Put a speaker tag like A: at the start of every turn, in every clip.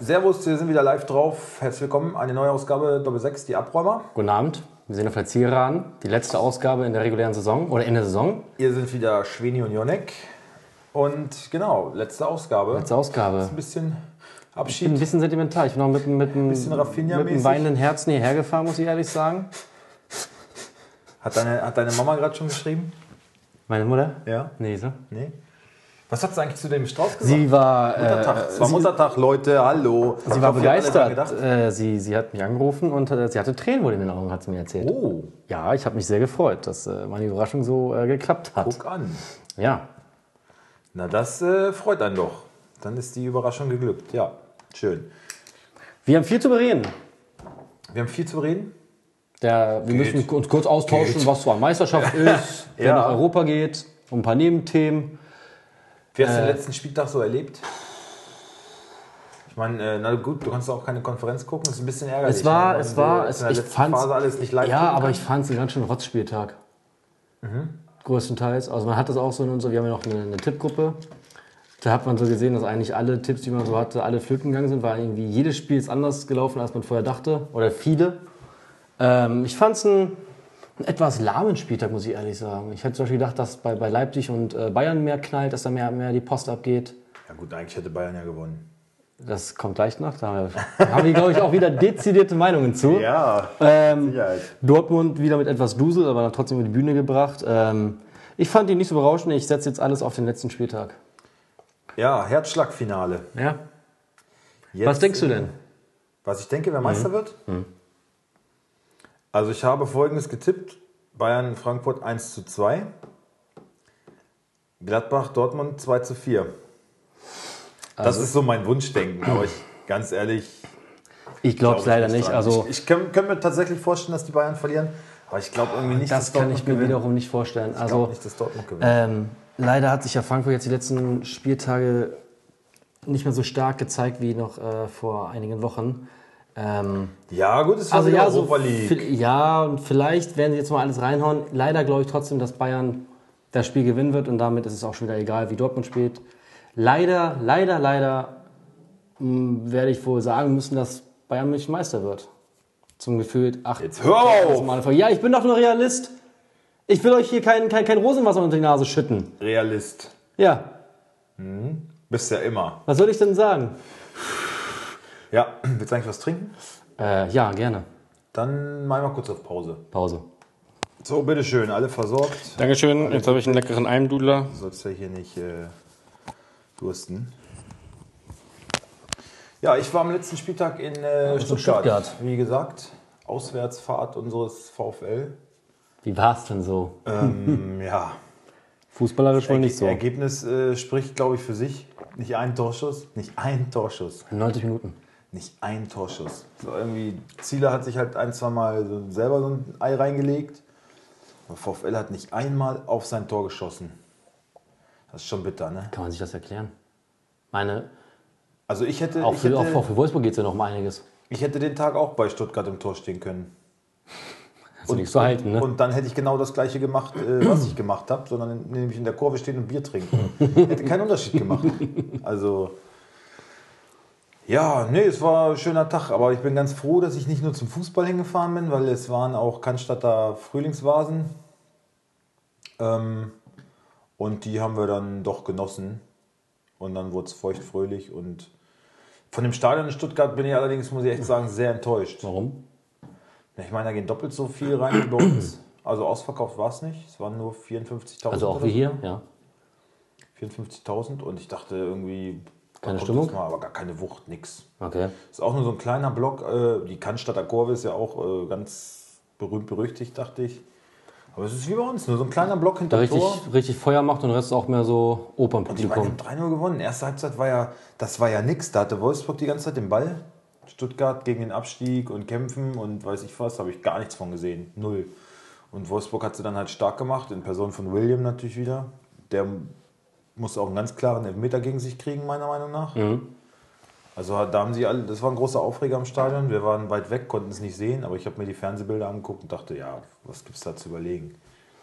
A: Servus, wir sind wieder live drauf. Herzlich willkommen, eine neue Ausgabe Doppel 6, die Abräumer.
B: Guten Abend, wir sehen auf der Zieran, die letzte Ausgabe in der regulären Saison oder in der Saison.
A: Ihr sind wieder Schweni und Jonek. Und genau, letzte Ausgabe.
B: Letzte Ausgabe.
A: Ein bisschen
B: Ich bin ein
A: Abschied.
B: bisschen sentimental. Ich bin noch mit, mit, einem-
A: Bisschen Raffinia-mäßig.
B: mit einem weinenden Herzen hierher gefahren, muss ich ehrlich sagen.
A: Hat deine, hat deine Mama gerade schon geschrieben?
B: Meine Mutter?
A: Ja.
B: Nee, so.
A: Nee. Was hat sie eigentlich zu dem Strauß gesagt?
B: Sie war, äh,
A: Muttertag. Es war Muttertag, Leute, hallo.
B: sie war begeistert.
A: Gedacht.
B: Äh, sie, sie hat mich angerufen und äh, sie hatte Tränen wohl in den Augen, hat sie mir erzählt.
A: Oh,
B: Ja, ich habe mich sehr gefreut, dass äh, meine Überraschung so äh, geklappt hat.
A: guck an.
B: Ja.
A: Na, das äh, freut einen doch. Dann ist die Überraschung geglückt. Ja, schön.
B: Wir haben viel zu bereden.
A: Wir haben viel zu reden.
B: Der, wir
A: Geht.
B: müssen uns kurz austauschen,
A: Geht.
B: was so an Meisterschaft ist, wer
A: Ja.
B: nach Europa geht, um ein paar Nebenthemen.
A: Wie hast du
B: Äh.
A: den letzten Spieltag so erlebt? Ich meine, äh, na gut, du kannst auch keine Konferenz gucken, das ist ein bisschen ärgerlich.
B: Es war-
A: ne, weil
B: es
A: du
B: war-
A: in
B: es-
A: der
B: ich
A: letzten
B: fand's-
A: Phase alles nicht live.
B: Ja,
A: gucken
B: aber ich fand es einen ganz schön Rotzspieltag. Größtenteils. Also man hat das auch so in unserer, wir haben ja noch eine, eine Tippgruppe. Da hat man so gesehen, dass eigentlich alle Tipps, die man so hatte, alle flöten gegangen sind, weil irgendwie jedes Spiel ist anders gelaufen, als man vorher dachte. Oder viele. Ähm, ich fand es einen, einen etwas lahmen Spieltag, muss ich ehrlich sagen. Ich hätte zum Beispiel gedacht, dass bei, bei Leipzig und äh, Bayern mehr knallt, dass da mehr, mehr die Post abgeht.
A: Ja gut, eigentlich hätte Bayern ja gewonnen.
B: Das kommt gleich nach. Da haben wir- haben wir, glaube ich, auch wieder dezidierte Meinungen zu.
A: Ja,
B: Ähm,
A: Sicherheit.
B: Dortmund wieder mit etwas Dusel, aber dann trotzdem über die Bühne gebracht. Ähm, ich fand ihn nicht so berauschend. Ich setze jetzt alles auf den letzten Spieltag.
A: Ja, Herzschlagfinale.
B: Ja.
A: Jetzt,
B: Was denkst du denn? Mhm.
A: Was ich denke, wer Meister wird? Also ich habe folgendes getippt. Bayern Frankfurt 1 zu 2. Gladbach Dortmund 2 zu 4. Das
B: Also-
A: ist so mein Wunschdenken, aber ich ganz ehrlich.
B: Ich
A: glaub
B: glaube es
A: ich
B: leider nicht.
A: dran.
B: Also
A: ich ich kann, kann mir tatsächlich vorstellen, dass die Bayern verlieren, aber ich glaube irgendwie nicht,
B: das kann
A: Dortmund
B: ich mir
A: gewinnt.
B: wiederum nicht vorstellen.
A: Ich glaube
B: Also
A: nicht, dass Dortmund gewinnt.
B: ähm, leider hat sich ja Frankfurt jetzt die letzten Spieltage nicht mehr so stark gezeigt wie noch äh, vor einigen Wochen. Ähm,
A: ja, gut, es war
B: Also
A: die
B: ja, so
A: Europa League.
B: vi- ja, und vielleicht werden sie jetzt mal alles reinhauen. Leider glaube ich trotzdem, dass Bayern das Spiel gewinnen wird und damit ist es auch schon wieder egal, wie Dortmund spielt. Leider, leider, leider mh, werde ich wohl sagen müssen, dass Bayern München Meister wird. Zum Gefühl, ach,
A: Jetzt hör auf!
B: Mal vor- ja, ich bin doch nur Realist. Ich will euch hier kein, kein, kein Rosenwasser unter die Nase schütten.
A: Realist.
B: Ja,
A: Bist ja immer.
B: was soll ich denn sagen?
A: Ja, willst du eigentlich was trinken?
B: Äh, ja, gerne.
A: Dann machen wir kurz auf Pause.
B: Pause.
A: So, bitteschön, alle versorgt.
B: Dankeschön, jetzt habe ich einen leckeren Almdudler.
A: sollst ja hier nicht äh, dursten. Ja, ich war am letzten Spieltag in äh, Stuttgart,
B: Stuttgart.
A: Wie gesagt, Auswärtsfahrt unseres VfL.
B: Wie war es denn so?
A: Ähm, ja,
B: Fußballerisch wohl nicht so.
A: Ergebnis äh, spricht, glaube ich, für sich. Nicht ein Torschuss, nicht ein Torschuss,
B: 90 Minuten.
A: nicht ein Torschuss. So irgendwie, Ziele hat sich halt ein, zwei Mal so selber so ein Ei reingelegt. Aber VfL hat nicht einmal auf sein Tor geschossen. Das ist schon bitter, ne?
B: Kann man sich das erklären? Meine,
A: Also ich hätte...
B: auch
A: ich
B: für,
A: hätte,
B: auch für- auch für Wolfsburg geht es ja noch um einiges.
A: Ich hätte den Tag auch bei Stuttgart im Tor stehen können.
B: Also nichts zu halten, ne?
A: Und dann hätte ich genau das gleiche gemacht, äh, was ich gemacht habe, sondern nämlich in der Kurve stehen und Bier trinken. hätte keinen Unterschied gemacht. Also. Ja, nee, es war ein schöner Tag, aber ich bin ganz froh, dass ich nicht nur zum Fußball hingefahren bin, weil es waren auch Cannstatter Frühlingsvasen. Ähm, und die haben wir dann doch genossen. Und dann wurde es feuchtfröhlich und von dem Stadion in Stuttgart bin ich allerdings, muss ich echt sagen, sehr enttäuscht.
B: Warum?
A: Ja, Ich meine, da gehen doppelt so viel rein wie bei uns. Also ausverkauft war es nicht. Es waren nur 54.000.
B: Also auch
A: oder
B: wie
A: so.
B: hier, ja.
A: 54.000 und ich dachte irgendwie. da
B: Keine
A: kommt
B: Stimmung?
A: jetzt Mal, aber gar keine Wucht, nix.
B: Okay.
A: Ist auch nur so ein kleiner Block. Äh, die Cannstatter Kurve ist ja auch äh, ganz berühmt berüchtigt, dachte ich. Aber es ist wie bei uns, nur so ein kleiner Block
B: Da
A: hinter
B: richtig,
A: Tor.
B: richtig Feuer macht und der Rest ist auch mehr so
A: Und ich meine, wir haben
B: Opernpublikum.
A: 3-0 gewonnen. Erste Halbzeit war ja, das war ja nix. Da hatte Wolfsburg die ganze Zeit den Ball. Stuttgart gegen den Abstieg und kämpfen und weiß ich was, habe ich gar nichts von gesehen. Null. Und Wolfsburg hat sie dann halt stark gemacht, in Person von William natürlich wieder. Der muss auch einen ganz klaren Elfmeter gegen sich kriegen, meiner Meinung nach. Also da haben sie alle, das war ein großer Aufreger im Stadion. Wir waren weit weg, konnten es nicht sehen, aber ich habe mir die Fernsehbilder angeguckt und dachte, ja, was gibt's da zu überlegen?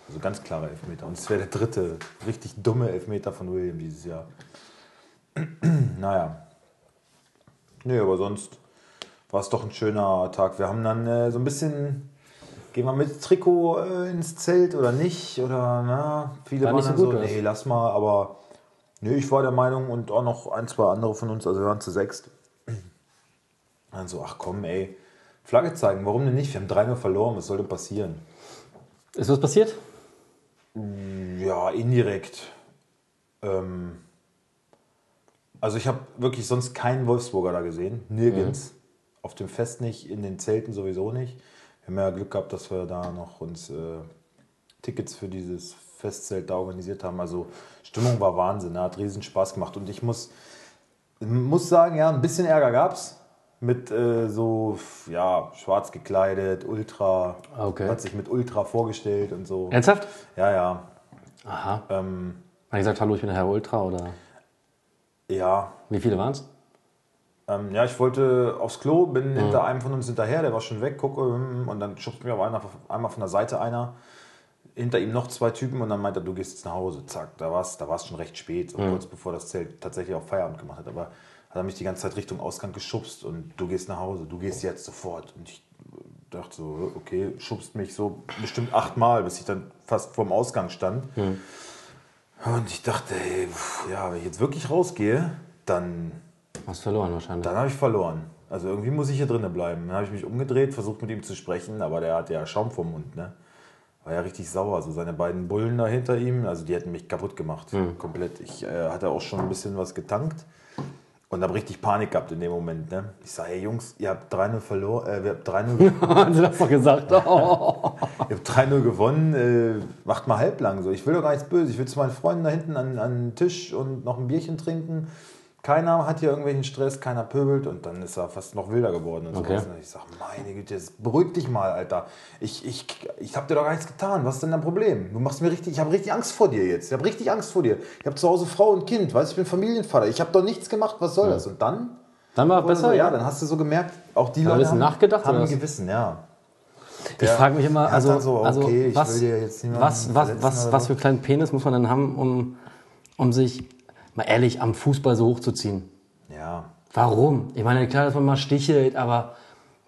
A: Also ganz klarer Elfmeter. Und es wäre der dritte richtig dumme Elfmeter von William dieses Jahr. naja. Nee, aber sonst war es doch ein schöner Tag. Wir haben dann äh, so ein bisschen, gehen wir mit Trikot äh, ins Zelt oder nicht? Oder na, viele
B: War
A: waren
B: nicht so
A: dann so,
B: gut, oder was?
A: nee, lass mal, aber nee, ich war der Meinung und auch noch ein, zwei andere von uns, also wir waren zu sechst. Dann so, ach komm, ey, Flagge zeigen, warum denn nicht? Wir haben dreimal verloren, was soll denn passieren?
B: Ist was passiert?
A: Ja, indirekt. Ähm, also ich habe wirklich sonst keinen Wolfsburger da gesehen. Nirgends.
B: Mhm.
A: Auf dem Fest nicht, in den Zelten sowieso nicht. Wir haben ja Glück gehabt, dass wir da noch uns äh, Tickets für dieses Festzelt da organisiert haben. Also Stimmung war Wahnsinn, ne? hat riesen Spaß gemacht. Und ich muss, muss sagen, ja, ein bisschen Ärger gab's. Mit äh, so, ja, schwarz gekleidet, Ultra.
B: Ah, okay.
A: Hat sich mit Ultra vorgestellt und so.
B: Ernsthaft?
A: Ja, ja.
B: Aha.
A: Ähm,
B: Hat gesagt, hallo, ich bin der Herr Ultra oder
A: Ja,
B: wie viele waren es?
A: ähm, ja, ich wollte aufs Klo, bin hinter einem von uns hinterher, der war schon weg, gucke hm, und dann schubst mir auf einer, einmal von der Seite einer, hinter ihm noch zwei Typen und dann meint er, du gehst jetzt nach Hause. Zack, da war es da war's schon recht spät, so kurz bevor das Zelt tatsächlich auch Feierabend gemacht hat. Aber hat er mich die ganze Zeit Richtung Ausgang geschubst und du gehst nach Hause, du gehst jetzt sofort. Und ich dachte so, okay, schubst mich so bestimmt achtmal, bis ich dann fast vorm Ausgang stand. Und ich dachte, ey, pf, ja, wenn ich jetzt wirklich rausgehe, dann
B: Hast verloren wahrscheinlich.
A: dann habe ich verloren. Also irgendwie muss ich hier drinnen bleiben. Dann habe ich mich umgedreht, versucht mit ihm zu sprechen, aber der hat ja Schaum vom Mund, ne? War ja richtig sauer. So seine beiden Bullen da hinter ihm, also die hätten mich kaputt gemacht. Komplett. Ich äh, hatte auch schon ein bisschen was getankt und habe richtig Panik gehabt in dem Moment, ne? Ich sage, hey Jungs, ihr habt 3-0 verloren, äh, wir habt 3-0
B: Haben sie das doch gesagt? Oh.
A: Ihr habt 3-0 gewonnen, äh, macht mal halblang so. Ich will doch gar nichts böse. Ich will zu meinen Freunden da hinten an, an den Tisch und noch ein Bierchen trinken. Keiner hat hier irgendwelchen Stress, keiner pöbelt und dann ist er fast noch wilder geworden. Und
B: Okay.
A: sowas. Und ich sage, meine Güte, jetzt beruhig dich mal, Alter. Ich, ich, ich habe dir doch gar nichts getan. Was ist denn dein Problem? Du machst mir richtig, ich habe richtig Angst vor dir jetzt. Ich habe richtig Angst vor dir. Ich habe zu Hause Frau und Kind, weißt du, ich bin Familienvater. Ich habe doch nichts gemacht, was soll das? Und dann?
B: Dann war besser.
A: so, ja, dann hast du so gemerkt, auch die
B: ein
A: Leute
B: bisschen
A: haben,
B: nachgedacht,
A: haben
B: oder
A: ein
B: was?
A: Gewissen, ja.
B: Ich
A: Ja.
B: frage mich
A: Er
B: immer,
A: hat
B: also,
A: dann so,
B: also
A: okay, ich
B: was,
A: will dir jetzt niemanden
B: was, was,
A: verletzen
B: was,
A: oder
B: was
A: so.
B: für einen kleinen Penis muss man dann haben, um, um sich mal ehrlich am Fußball so hochzuziehen?
A: Ja,
B: Warum? Ich meine, klar, dass man mal stichelt, aber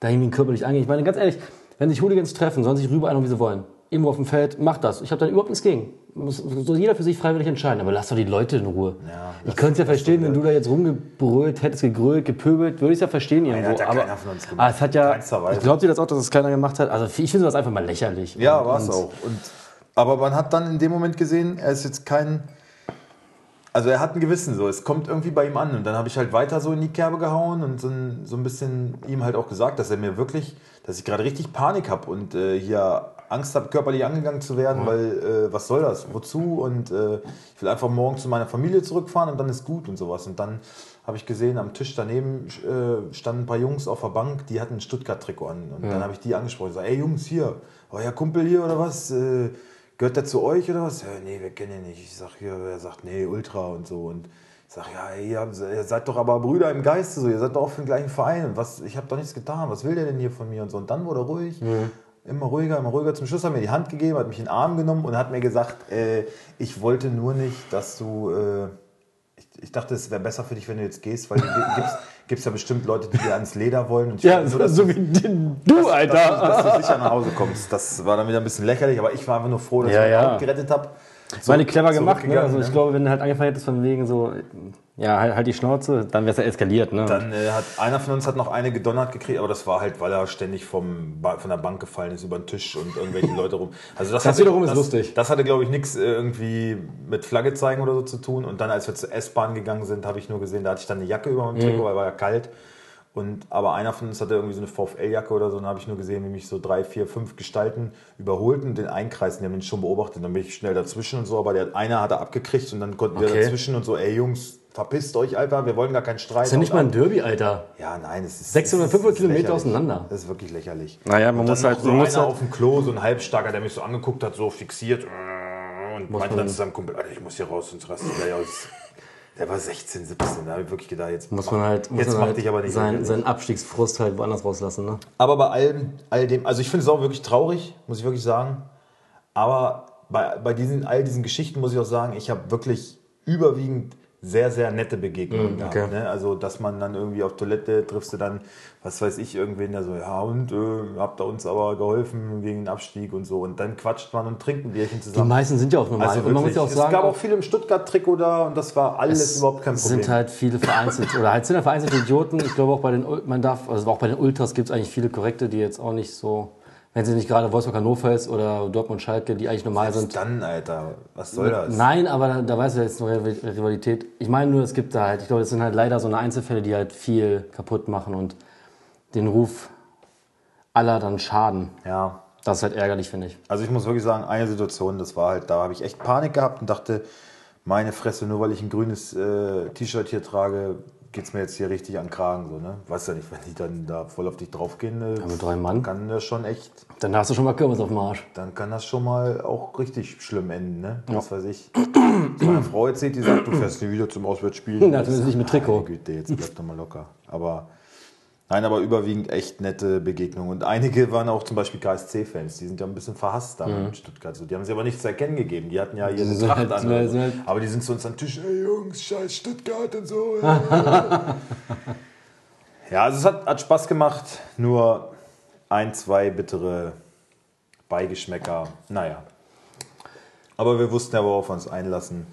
B: da irgendwie körperlich angehen. Ich meine, ganz ehrlich, wenn sich Hooligans treffen, sollen sich rüber ein, wie sie wollen. Irgendwo auf dem Feld, macht das. Ich habe da überhaupt nichts gegen. Muss, soll jeder für sich freiwillig entscheiden, aber lass doch die Leute in Ruhe.
A: Ja,
B: ich könnte es ja verstehen, wenn du da jetzt rumgebrüllt hättest, gegrölt, gepöbelt, würde ich es ja verstehen irgendwo.
A: hat ja
B: aber,
A: keiner von uns gemacht.
B: aber es hat ja,
A: Keinsterweise.
B: ich glaube dir das auch, dass es keiner gemacht hat. Also ich finde sowas einfach mal lächerlich.
A: ja
B: Und-
A: war es
B: und-
A: auch. Und, aber man hat dann in dem Moment gesehen, er ist jetzt kein. Also er hat ein Gewissen so, es kommt irgendwie bei ihm an. Und dann habe ich halt weiter so in die Kerbe gehauen und so ein, so ein bisschen ihm halt auch gesagt, dass er mir wirklich, dass ich gerade richtig Panik habe und äh, hier Angst habe, körperlich angegangen zu werden, weil äh, was soll das, wozu? Und äh, ich will einfach morgen zu meiner Familie zurückfahren und dann ist gut und sowas. Und dann habe ich gesehen, am Tisch daneben äh, standen ein paar Jungs auf der Bank, die hatten ein Stuttgart-Trikot an. Und dann habe ich die angesprochen, ich sage, ey Jungs, hier, euer Kumpel hier oder was? Äh, gehört der zu euch oder was? Ja, nee, wir kennen ihn nicht. Ich sag hier, er sagt, nee, Ultra und so. Und ich sag, ja, ey, ihr, habt- ihr seid doch aber Brüder im Geiste, so. ihr seid doch auch für den gleichen Verein. Und Was, ich habe doch nichts getan, was will der denn hier von mir? Und so. Und dann wurde er ruhig.
B: Mhm.
A: Immer ruhiger, immer ruhiger. Zum Schluss hat er mir die Hand gegeben, hat mich in den Arm genommen und hat mir gesagt, äh, ich wollte nur nicht, dass du. Äh, ich, ich dachte, es wäre besser für dich, wenn du jetzt gehst, weil du gi- gibst, gibst ja bestimmt Leute, die dir ans Leder wollen. Und ich
B: Ja,
A: wollte
B: so,
A: nur, dass
B: so wie du,
A: dass,
B: Alter.
A: du- dass du sicher nach Hause kommst. Das war dann wieder ein bisschen lächerlich, aber ich war einfach nur froh, dass
B: Ja,
A: ich meine
B: ja.
A: Haut gerettet habe.
B: Ich meine, clever gemacht. Ne? Also ich
A: ne?
B: glaube, wenn du halt angefangen hättest von wegen so, ja, halt, halt die Schnauze, dann wäre es ja eskaliert. Ne?
A: Dann äh, hat einer von uns hat noch eine gedonnert gekriegt, aber das war halt, weil er ständig vom ba von der Bank gefallen ist über den Tisch und irgendwelche Leute rum. Also das, hatte,
B: wiederum ist
A: das,
B: lustig.
A: Das hatte, glaube ich, nichts äh, irgendwie mit Flagge zeigen oder so zu tun. Und dann, als wir zur S-Bahn gegangen sind, habe ich nur gesehen, da hatte ich dann eine Jacke über
B: Mhm.
A: meinem Trikot, weil war ja kalt. Und, aber einer von uns hatte irgendwie so eine VfL-Jacke oder so, und dann habe ich nur gesehen, wie mich so drei, vier, fünf Gestalten überholten, den einkreisen, die haben den schon beobachtet, dann bin ich schnell dazwischen und so, aber der einer hat er abgekriegt und dann konnten wir
B: Okay.
A: dazwischen und so, ey Jungs, verpisst euch, Alter, wir wollen gar keinen Streit.
B: ist ja nicht
A: Haut
B: mal ein Derby, Alter.
A: ja, nein, es ist.
B: 600, 500
A: es ist lächerlich.
B: Kilometer auseinander.
A: Das ist wirklich lächerlich.
B: Naja, man
A: Und dann
B: muss halt-
A: noch So
B: man
A: einer
B: muss halt-
A: auf dem Klo, so ein Halbstarker, der mich so angeguckt hat, so fixiert. äh, Und meinte dann zu seinem Kumpel, Alter, ich muss hier raus, sonst raste ich gleich aus. Der war 16, 17, da habe ich wirklich gedacht, jetzt.
B: Muss man halt, muss
A: Jetzt
B: man
A: macht
B: halt
A: dich aber nicht
B: seinen,
A: glücklich.
B: seinen Abstiegsfrust halt woanders rauslassen. Ne?
A: Aber bei allem, all dem, also ich finde es auch wirklich traurig, muss ich wirklich sagen. Aber bei, bei diesen, all diesen Geschichten muss ich auch sagen, ich habe wirklich überwiegend sehr, sehr nette Begegnungen
B: Mm,
A: gehabt.
B: okay.
A: Ne? Also, dass man dann irgendwie auf Toilette triffst du dann, was weiß ich, irgendwen, der so, ja, und äh, habt ihr uns aber geholfen gegen den Abstieg und so. Und dann quatscht man und trinkt ein Bierchen
B: Die
A: zusammen.
B: meisten sind ja auch normal.
A: Also
B: und man muss
A: wirklich,
B: ja auch
A: es
B: sagen,
A: gab
B: auch
A: auch viele im Stuttgart-Trikot da und das war alles überhaupt kein Problem.
B: sind halt viele vereinzelt oder halt sind ja vereinzelte Idioten. Ich glaube auch bei den Ul- man darf also auch bei den Ultras gibt es eigentlich viele korrekte, die jetzt auch nicht so, wenn sie nicht gerade Wolfsburg Hannover ist oder Dortmund Schalke, die eigentlich normal sind.
A: dann, Alter, was soll das?
B: Nein, aber da, da weißt du, da ist noch Rival- Rivalität. Ich meine nur, es gibt da halt, ich glaube, es sind halt leider so eine Einzelfälle, die halt viel kaputt machen und den Ruf aller dann schaden.
A: Ja,
B: Das ist halt ärgerlich, finde ich.
A: Also ich muss wirklich sagen, eine Situation, das war halt, da habe ich echt Panik gehabt und dachte, meine Fresse, nur weil ich ein grünes äh, T-Shirt hier trage, geht's mir jetzt hier richtig an den Kragen. So, ne? Weiß ja nicht, wenn die dann da voll auf dich draufgehen, äh,
B: Mit drei Mann.
A: kann das schon echt,
B: Dann hast du schon mal Kürbis auf dem Arsch.
A: dann kann das schon mal auch richtig schlimm enden, ne? Was weiß ich. Also Dass meine Frau jetzt sieht, die sagt, du fährst nie wieder zum Auswärtsspiel.
B: Na, zumindest nicht mit Trikot.
A: Meine Güte, jetzt bleib doch mal locker. Aber nein, aber überwiegend echt nette Begegnungen. Und einige waren auch zum Beispiel KSC-Fans, die sind ja ein bisschen verhasst da in Stuttgart. So, die haben sie aber nichts zu erkennen gegeben. Die hatten ja ihre
B: Mhm. sind
A: Tracht
B: halt-
A: an.
B: sind halt-
A: oder so.
B: sind halt-
A: Aber die sind zu uns am Tisch, ey Jungs, scheiß Stuttgart und so. ja, also es hat, hat Spaß gemacht, nur ein, zwei bittere Beigeschmäcker. Naja. Aber wir wussten ja, worauf wir uns einlassen,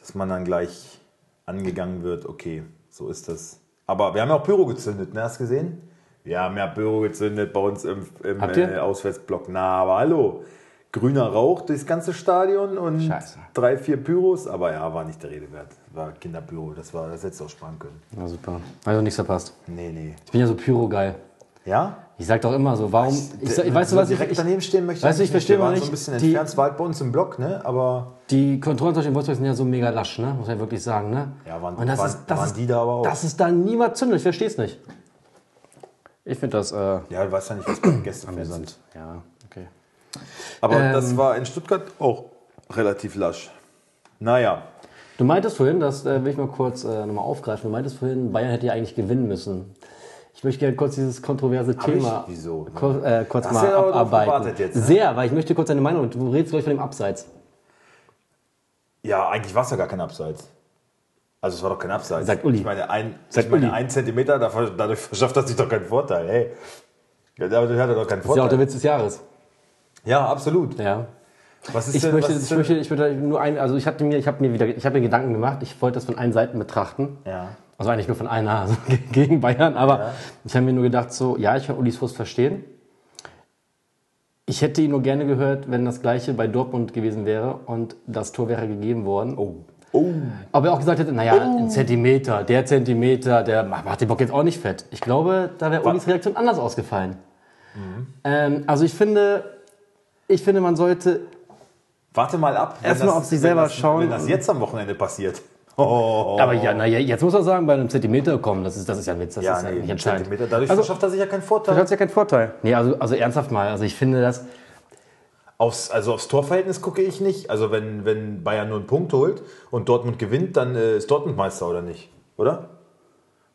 A: dass man dann gleich angegangen wird. Okay, so ist das. Aber wir haben ja auch Pyro gezündet, ne? Hast du gesehen? Wir haben ja Pyro gezündet bei uns im, im
B: Habt ihr?
A: äh, Auswärtsblock. Na, aber hallo. Grüner Rauch durchs ganze Stadion und
B: Scheiße.
A: drei, vier Pyros. Aber ja, war nicht der Rede wert. War Kinderpyro. Das, war, das hättest du auch sparen können.
B: Na super. Also nichts verpasst.
A: Nee, nee.
B: Ich bin ja so pyrogeil.
A: Ja?
B: Ich sag doch immer so, warum. Ich, sag- ich, weißt du
A: so
B: was? Ich,
A: Direkt
B: ich,
A: daneben stehen möchte
B: weißt du,
A: eigentlich
B: ich verstehe
A: Wir
B: mal
A: waren so
B: nicht,
A: ein bisschen
B: die-
A: entfernt. Es war halt bei uns im Block, ne? Aber...
B: die Kontrollen zum Beispiel in Wolfsburg sind ja so mega lasch, ne? Muss man ja wirklich sagen, ne?
A: Ja, waren-
B: Und das
A: waren-
B: ist, das
A: waren
B: ist,
A: die da aber auch.
B: Das ist da niemand zündet. Ich verstehe es nicht. Ich finde das. Äh,
A: Ja, du weißt ja nicht, was bei den Gästen sind.
B: Ja, okay.
A: Aber
B: Ähm.
A: das war in Stuttgart auch relativ lasch. Naja,
B: Du meintest vorhin, das äh, will ich mal kurz äh, nochmal aufgreifen, du meintest vorhin, Bayern hätte ja eigentlich gewinnen müssen. Ich möchte gerne kurz dieses kontroverse Thema
A: ich? Wieso?
B: Kur äh, kurz
A: Hast
B: mal
A: du ja darauf
B: abarbeiten.
A: gewartet jetzt, ne?
B: Sehr, weil ich möchte kurz deine Meinung, du redest gleich von dem Abseits.
A: ja, eigentlich war es ja gar kein Abseits. Also es war doch kein Abseits.
B: Sagt Uli.
A: Ich meine, ein,
B: Sagt
A: ich meine,
B: Uli.
A: ein Zentimeter, da ver- dadurch verschafft er sich doch keinen Vorteil. Hey. Ja, dadurch hat er doch keinen
B: Das ist ja auch
A: Vorteil.
B: der Witz des Jahres.
A: Ja, absolut.
B: Ja.
A: Was ist
B: Ich
A: denn,
B: möchte,
A: was ist
B: ich
A: denn,
B: möchte, ich würde nur ein, also ich hatte mir, ich habe mir wieder, ich habe mir Gedanken gemacht. Ich wollte das von allen Seiten betrachten.
A: Ja.
B: Also eigentlich nur von einer, also ge- gegen Bayern. Aber ich habe mir nur gedacht, so, ja, ich kann Ulis Frust verstehen. Ich hätte ihn nur gerne gehört, wenn das Gleiche bei Dortmund gewesen wäre und das Tor wäre gegeben worden.
A: Oh. Oh.
B: Aber er auch gesagt hätte, naja, ein Zentimeter, der Zentimeter, der macht macht den Bock jetzt auch nicht fett. Ich glaube, da wäre Ulis Reaktion anders ausgefallen.
A: Mhm.
B: Ähm, also ich finde, ich finde, man sollte
A: Warte mal ab. wenn
B: Erst mal
A: das-
B: auf sich
A: wenn
B: selber
A: das,
B: schauen.
A: Wenn das jetzt am Wochenende passiert. Oh.
B: Aber ja, naja, jetzt muss er sagen, bei einem Zentimeter kommen, das ist, das ist ja ein Witz, das
A: Ja,
B: ist ja
A: nee,
B: nicht
A: ein
B: entscheidend.
A: Zentimeter. Dadurch
B: Also-
A: verschafft er sich ja keinen Vorteil.
B: ja keinen Vorteil. Nee, also, also ernsthaft mal, also ich finde das,
A: Aufs, also aufs Torverhältnis gucke ich nicht. Also wenn, wenn Bayern nur einen Punkt holt und Dortmund gewinnt, dann äh, ist Dortmund Meister oder nicht? Oder?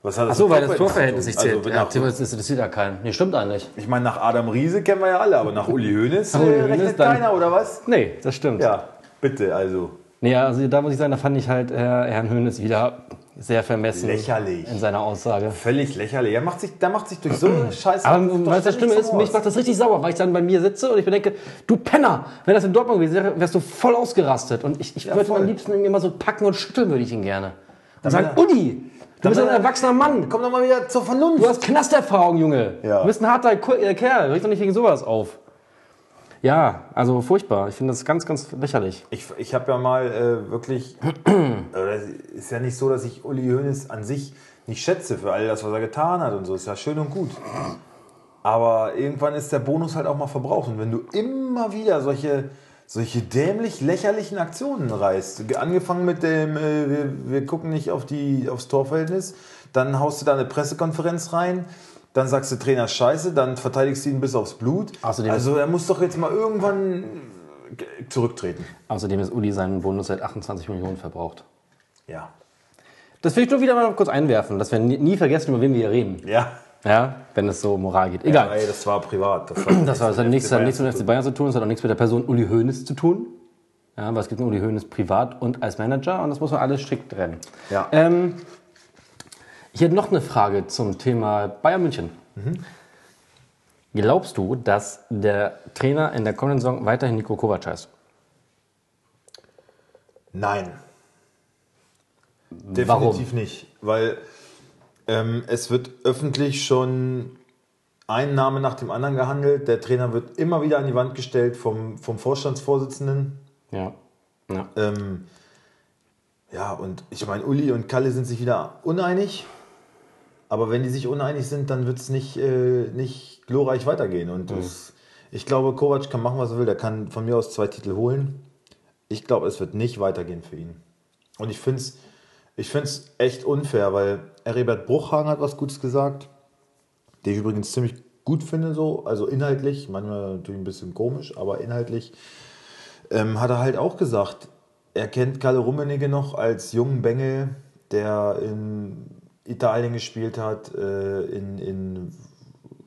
A: Was hat das
B: so,
A: mit
B: weil das Torverhältnis
A: zu
B: nicht
A: tun?
B: zählt.
A: Also,
B: ja,
A: nach,
B: theoretisch ist- das sieht ja keinen. Nee, stimmt eigentlich.
A: ich meine, nach Adam Riese kennen wir ja alle, aber nach Uli Hoeneß äh,
B: Uli Hoeneß
A: rechnet
B: dann-
A: keiner, oder was?
B: Nee, das stimmt. Ja.
A: Ja, bitte, also.
B: Nee, also da muss ich sagen, da fand ich halt äh, Herrn Höhnes wieder sehr vermessen
A: Lächerlich.
B: in seiner Aussage.
A: Völlig lächerlich. Er macht sich, da macht sich durch so eine Scheiße.
B: Aber ähm, was das Schlimme ist, mich macht das richtig sauer, weil ich dann bei mir sitze und ich mir denke, du Penner, wenn das in Dortmund gewesen wäre, wärst du voll ausgerastet. Und ich, ich würde ihn
A: voll.
B: am liebsten irgendwie mal so packen und schütteln würde ich ihn gerne. Und sagen,
A: wär-
B: Uli, du bist
A: wär-
B: ein erwachsener Mann.
A: Komm doch mal wieder zur Vernunft.
B: Du hast Knasterfahrung, Junge.
A: Ja.
B: Du bist ein harter Ku- äh, Kerl. Reg doch nicht wegen sowas auf. Ja, also furchtbar. Ich finde das ganz, ganz lächerlich.
A: Ich, ich habe ja mal äh, wirklich, oder es ist ja nicht so, dass ich Uli Hoeneß an sich nicht schätze für all das, was er getan hat und so. Ist ja schön und gut. Aber irgendwann ist der Bonus halt auch mal verbraucht. Und wenn du immer wieder solche, solche dämlich lächerlichen Aktionen reißt, ge- angefangen mit dem, äh, wir, wir gucken nicht auf die, aufs Torverhältnis, dann haust du da eine Pressekonferenz rein, dann sagst du Trainer Scheiße, dann verteidigst du ihn bis aufs Blut.
B: Außerdem-
A: also er muss doch jetzt mal irgendwann äh, zurücktreten.
B: Außerdem ist Uli seinen Bonus seit 28 Millionen verbraucht.
A: Ja.
B: Das will ich nur wieder mal kurz einwerfen, dass wir nie, nie vergessen, über wen wir hier reden.
A: Ja.
B: Ja, wenn es so um Moral geht. Egal.
A: Ey, das war privat. Das war,
B: das, war, das hat nichts, hat nichts mit dem FC Bayern zu tun, das hat auch nichts mit der Person Uli Hoeneß zu tun. Ja, aber es gibt nur die Höhen privat und als Manager und das muss man alles strikt trennen.
A: Ja.
B: Ähm, ich hätte noch eine Frage zum Thema Bayern München. Glaubst du, dass der Trainer in der kommenden Saison weiterhin Niko Kovac heißt?
A: Nein. Definitiv
B: Warum?
A: nicht, weil ähm, es wird öffentlich schon ein Name nach dem anderen gehandelt. Der Trainer wird immer wieder an die Wand gestellt vom, vom Vorstandsvorsitzenden.
B: Ja. ja.
A: Ähm, ja, und ich meine, Uli und Kalle sind sich wieder uneinig. Aber wenn die sich uneinig sind, dann wird es nicht, äh, nicht glorreich weitergehen. Und das, ich glaube, Kovac kann machen, was er will. Der kann von mir aus zwei Titel holen. Ich glaube, es wird nicht weitergehen für ihn. Und ich finde es ich find's echt unfair, weil Herbert Bruchhagen hat was Gutes gesagt, den ich übrigens ziemlich gut finde, so. Also inhaltlich, manchmal natürlich ein bisschen komisch, aber inhaltlich ähm, hat er halt auch gesagt, er kennt Kalle Rummenigge noch als jungen Bengel, der in Italien gespielt hat, äh, in, in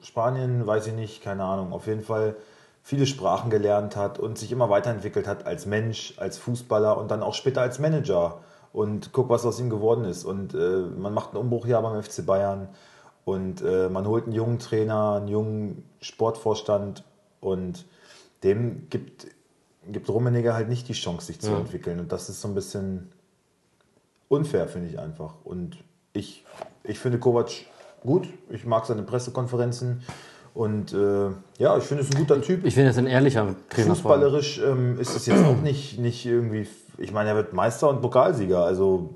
A: Spanien, weiß ich nicht, keine Ahnung, auf jeden Fall viele Sprachen gelernt hat und sich immer weiterentwickelt hat als Mensch, als Fußballer und dann auch später als Manager. Und guck, was aus ihm geworden ist. Und äh, man macht einen Umbruch hier beim FC Bayern und äh, man holt einen jungen Trainer, einen jungen Sportvorstand und dem gibt, gibt Rummenigge halt nicht die Chance, sich zu entwickeln. Und das ist so ein bisschen unfair, finde ich einfach. Und ich, ich finde Kovac gut. Ich mag seine Pressekonferenzen. Und äh, ja, ich finde es ein guter Typ.
B: Ich finde das ein ehrlicher Trainer.
A: Fußballerisch ähm, ist es jetzt auch nicht, nicht irgendwie. Ich meine, er wird Meister und Pokalsieger. Also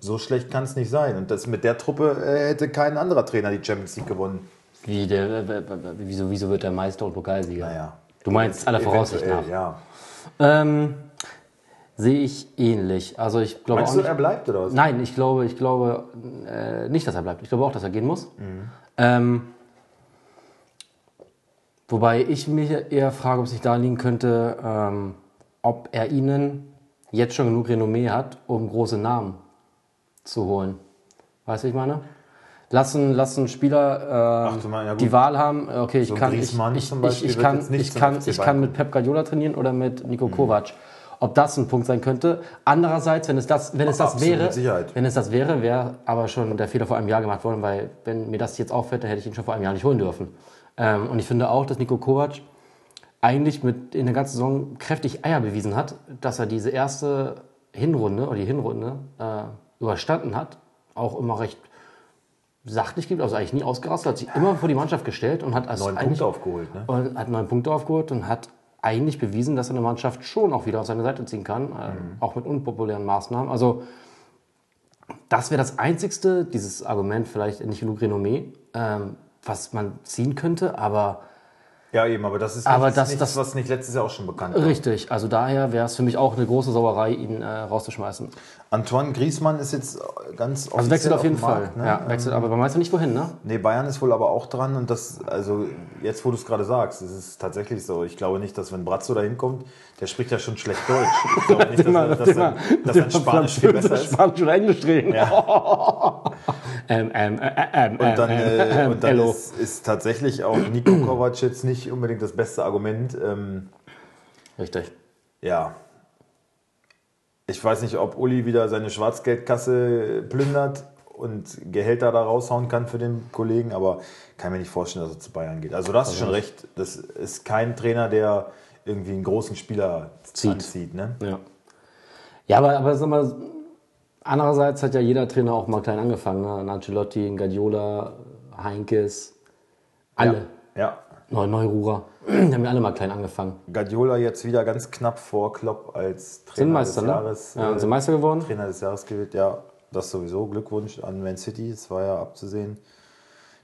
A: so schlecht kann es nicht sein. Und das mit der Truppe äh, hätte kein anderer Trainer die Champions League gewonnen.
B: Wie der, wieso, wieso wird der Meister und Pokalsieger?
A: Naja.
B: Du meinst aller Voraussicht nach.
A: Eventuell, Ja.
B: Ähm, sehe ich ähnlich. Also ich glaube auch
A: Meinst du,
B: nicht,
A: er bleibt oder was?
B: Nein, ich glaube, ich glaube äh, nicht, dass er bleibt. Ich glaube auch, dass er gehen muss.
A: Mhm.
B: Ähm, wobei ich mich eher frage, ob es nicht daran liegen könnte, ähm, ob er ihnen jetzt schon genug Renommee hat, um große Namen zu holen. Weißt du, was ich meine? Lassen, lassen Spieler ähm,
A: Ach, du meinst, ja gut.
B: die Wahl haben, äh, okay, ich
A: So ein
B: kann, ich,
A: Griezmann
B: ich,
A: zum
B: ich,
A: Beispiel
B: ich
A: wird
B: kann,
A: jetzt nicht
B: ich
A: zum
B: kann,
A: FC
B: ich
A: Bayern
B: kann mit Pep Guardiola trainieren oder mit Nico
A: Mhm.
B: Kovac. Ob das ein Punkt sein könnte. Andererseits, wenn es das, wenn es das
A: Absolut,
B: wäre,
A: mit Sicherheit.
B: wenn es das wäre, wäre aber schon der Fehler vor einem Jahr gemacht worden, weil wenn mir das jetzt auffällt, dann hätte ich ihn schon vor einem Jahr nicht holen dürfen. Ähm, und ich finde auch, dass Nico Kovac eigentlich mit in der ganzen Saison kräftig Eier bewiesen hat, dass er diese erste Hinrunde oder die Hinrunde äh, überstanden hat, auch immer recht sachlich gibt, also eigentlich nie ausgerastet, hat sich immer vor die Mannschaft gestellt und hat als
A: Neun
B: eigentlich-
A: Punkte aufgeholt, ne?
B: und hat neun Punkte aufgeholt und hat eigentlich bewiesen, dass er eine Mannschaft schon auch wieder auf seine Seite ziehen kann,
A: Mhm.
B: äh, auch mit unpopulären Maßnahmen. Also das wäre das Einzigste, dieses Argument vielleicht nicht genug Renommee, ähm, was man ziehen könnte, aber
A: Ja, eben, aber das ist
B: Aber
A: nichts,
B: das-
A: nichts,
B: das-
A: was nicht letztes Jahr auch schon bekannt war.
B: richtig. Also daher wäre es für mich auch eine große Sauerei, ihn äh, rauszuschmeißen.
A: Antoine Griezmann ist jetzt ganz
B: Also wechselt auf
A: dem
B: jeden Fall.
A: Markt, ne?
B: Ja, wechselt, aber man weiß ja nicht wohin, ne?
A: Nee, Bayern ist wohl aber auch dran und das, also jetzt, wo du es gerade sagst, es ist tatsächlich so. Ich glaube nicht, dass wenn Brazzo da hinkommt, der spricht ja schon schlecht Deutsch. Ich glaube nicht, dass, er, dass, sein, dass sein Spanisch viel besser ist.
B: Spanisch oder Englisch reden. ähm, ähm, äh, ähm,
A: Und dann,
B: ähm,
A: äh,
B: ähm,
A: und dann
B: hello.
A: ist, ist tatsächlich auch Nico Kovac jetzt nicht unbedingt das beste Argument. Ähm,
B: Richtig.
A: ja. Ich weiß nicht, ob Uli wieder seine Schwarzgeldkasse plündert und Gehälter da raushauen kann für den Kollegen, aber kann mir nicht vorstellen, dass er zu Bayern geht. Also, du hast schon recht. Das ist kein Trainer, der irgendwie einen großen Spieler
B: Zieht.
A: anzieht. Ne?
B: Ja, ja aber, aber sag mal, andererseits hat ja jeder Trainer auch mal klein angefangen. Ne? Ein Ancelotti, ein Guardiola, Heinkes, alle.
A: Ja.
B: Neu, Neururer. Die haben ja alle mal klein angefangen.
A: Guardiola jetzt wieder ganz knapp vor Klopp als
B: Sind
A: Trainer des
B: Meister, ne?
A: Jahres.
B: ja, und
A: äh,
B: sind Meister geworden.
A: Trainer des Jahres gewählt. Ja, das sowieso. Glückwunsch an Man City. Es war ja abzusehen.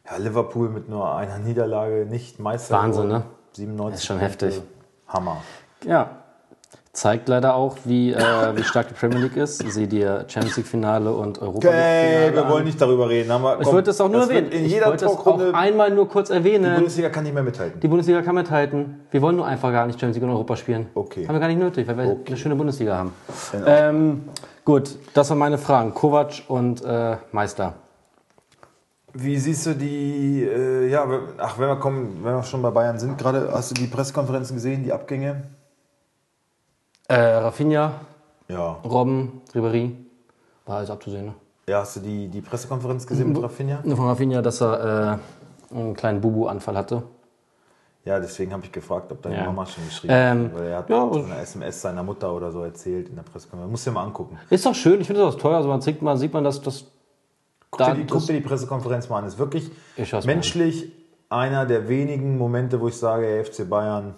A: Ja, Liverpool mit nur einer Niederlage nicht Meister.
B: Wahnsinn,
A: geworden.
B: ne?
A: 97
B: ist schon
A: Punkte.
B: heftig.
A: Hammer.
B: Ja. Zeigt leider auch, wie, äh, wie stark die Premier League ist. Sieh dir Champions League-Finale und Europa
A: Hey,
B: League-Finale.
A: wir
B: an.
A: wollen nicht darüber reden. Aber
B: Ich wollte es auch nur erwähnen.
A: In
B: ich
A: jeder
B: wollte es auch
A: Talkrunde.
B: einmal nur kurz
A: Die
B: erwähnen.
A: Bundesliga kann nicht mehr mithalten.
B: Die Bundesliga kann mithalten. Wir wollen nur einfach gar nicht Champions League und Europa spielen.
A: Okay.
B: Haben wir gar nicht nötig, weil wir eine schöne Bundesliga haben.
A: Genau.
B: Ähm, gut, das waren meine Fragen. Kovac und äh, Meister.
A: Wie siehst du die, äh, ja, w- ach, wenn wir, kommen, wenn wir schon bei Bayern sind, gerade hast du die Pressekonferenzen gesehen, die Abgänge?
B: Äh, Rafinha,
A: Ja.
B: Robben, Ribéry. War alles abzusehen, ne?
A: Ja, hast du die, die Pressekonferenz gesehen mit Rafinha?
B: Nur von Rafinha, dass er äh, einen kleinen Bubu-Anfall hatte.
A: Ja, deswegen habe ich gefragt, ob deine
B: Ja.
A: Mama schon geschrieben
B: Ähm,
A: hat. Weil er hat
B: ja,
A: von einer SMS seiner Mutter oder so erzählt in der Pressekonferenz. Muss dir mal angucken.
B: Ist doch schön, ich finde das auch toll. Also man sieht, man sieht man, dass das.
A: Guck,
B: Da-
A: dir, die, guck
B: das-
A: dir die Pressekonferenz mal an. Ist wirklich
B: Ich schau's mir an.
A: menschlich einer der wenigen Momente, wo ich sage, ey, FC Bayern.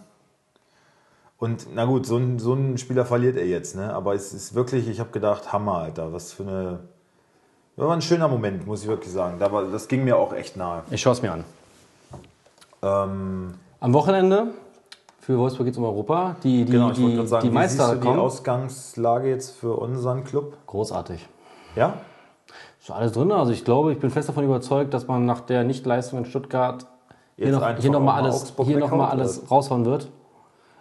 A: Und na gut, so ein, so ein Spieler verliert er jetzt, ne? Aber es ist wirklich, ich habe gedacht, Hammer, Alter, was für eine. Das war ein schöner Moment, muss ich wirklich sagen. Da war, das ging mir auch echt nahe.
B: Ich schaue es mir an.
A: Ähm,
B: Am Wochenende für Wolfsburg geht es um Europa. Die, die,
A: genau, ich wollte
B: die,
A: gerade sagen,
B: die
A: wie siehst
B: Meister
A: du die
B: kommen.
A: Ausgangslage jetzt für unseren Club?
B: Großartig.
A: Ja?
B: Ist alles drin. Also ich glaube, ich bin fest davon überzeugt, dass man nach der Nichtleistung in Stuttgart hier
A: Jetzt
B: noch,
A: einfach
B: hier noch mal
A: auch mal
B: alles,
A: Augsburg
B: hier noch mal
A: weghaut,
B: alles raushauen wird.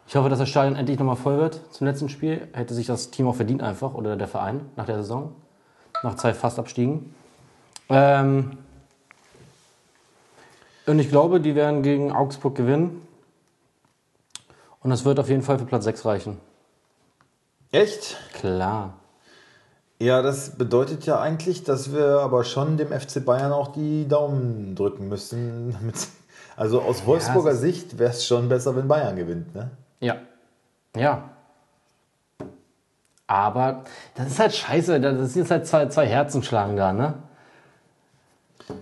B: Ich hoffe, dass das Stadion endlich nochmal voll wird zum letzten Spiel. Hätte sich das Team auch verdient einfach oder der Verein nach der Saison. Nach zwei Fastabstiegen. Ähm und ich glaube, die werden gegen Augsburg gewinnen. Und das wird auf jeden Fall für Platz 6 reichen.
A: Echt?
B: Klar.
A: Ja, das bedeutet ja eigentlich, dass wir aber schon dem FC Bayern auch die Daumen drücken müssen. damit- Also aus Wolfsburger
B: es
A: Sicht wäre es schon besser, wenn Bayern gewinnt. Ne?
B: Ja. Ja. Aber das ist halt scheiße. Das sind jetzt halt zwei, zwei Herzen schlagen da, ne?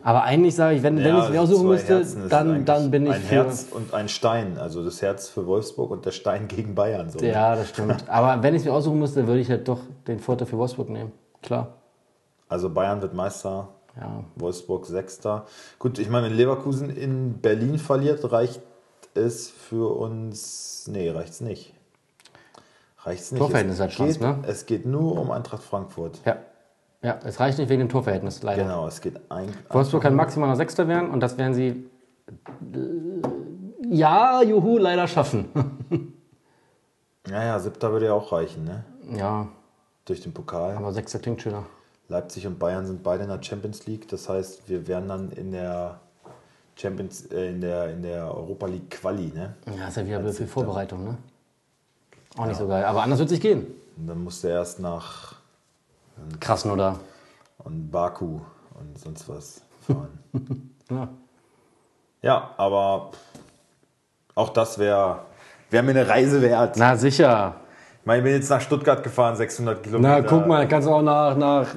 B: Aber eigentlich sage ich, wenn, wenn ich es mir aussuchen
A: zwei
B: müsste,
A: Herzen, das ist
B: dann,
A: eigentlich
B: dann bin ich
A: ein
B: für.
A: Herz und ein Stein. Also das Herz für Wolfsburg und der Stein gegen Bayern. So.
B: Ja, das stimmt. Aber wenn ich es mir aussuchen müsste, würde ich halt doch den Vorteil für Wolfsburg nehmen. Klar.
A: Also Bayern wird Meister,
B: Ja.
A: Wolfsburg Sechster. Gut, ich meine, wenn Leverkusen in Berlin verliert, reicht es für uns. Nee, reicht's nicht. Reicht's nicht.
B: Torverhältnis
A: es,
B: hat Chance,
A: geht,
B: ne?
A: es geht nur um Eintracht Frankfurt.
B: Ja. Ja, es reicht nicht wegen dem Torverhältnis, leider.
A: Genau, es geht ein.
B: Wolfsburg kann maximal noch Sechster werden und das werden sie. äh, Ja, juhu, leider schaffen.
A: Naja, siebter würde ja auch reichen, ne?
B: ja,
A: Durch den Pokal.
B: aber Sechster klingt schöner.
A: Leipzig und Bayern sind beide in der Champions League. Das heißt, wir wären dann in der Champions, äh, in der, in der Europa League Quali, ne?
B: Ja, ist ja wieder blöd für Vorbereitung, ne? Auch nicht so geil. Aber anders wird sich gehen.
A: Und dann musst du erst nach
B: Krassen oder?
A: und Baku und sonst was fahren.
B: Ja.
A: ja, aber auch das wäre wär mir eine Reise wert.
B: Na sicher.
A: Ich meine, ich bin jetzt nach Stuttgart gefahren, 600 Kilometer.
B: Na, guck mal, kannst du auch nach, nach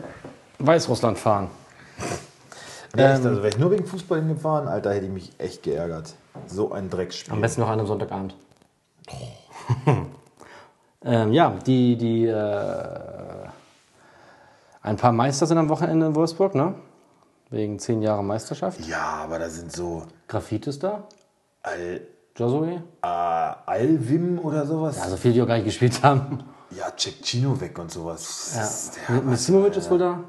B: Weißrussland fahren.
A: Nee, echt,
B: ähm,
A: also wäre ich nur wegen Fußball hingefahren, Alter, hätte ich mich echt geärgert. So ein Drecksspiel.
B: Am besten noch an einem Sonntagabend. ähm, ja, die, die äh, ein paar Meister sind am Wochenende in Wolfsburg, ne? Wegen zehn Jahre Meisterschaft.
A: Ja, aber da sind so
B: Grafit ist da.
A: Al
B: Josue.
A: äh, Alvim oder sowas.
B: Also viele, die auch gar nicht gespielt haben.
A: Ja, Cecchino weg und sowas.
B: Ja.
A: Das ist der-
B: Misimovic ist wohl da.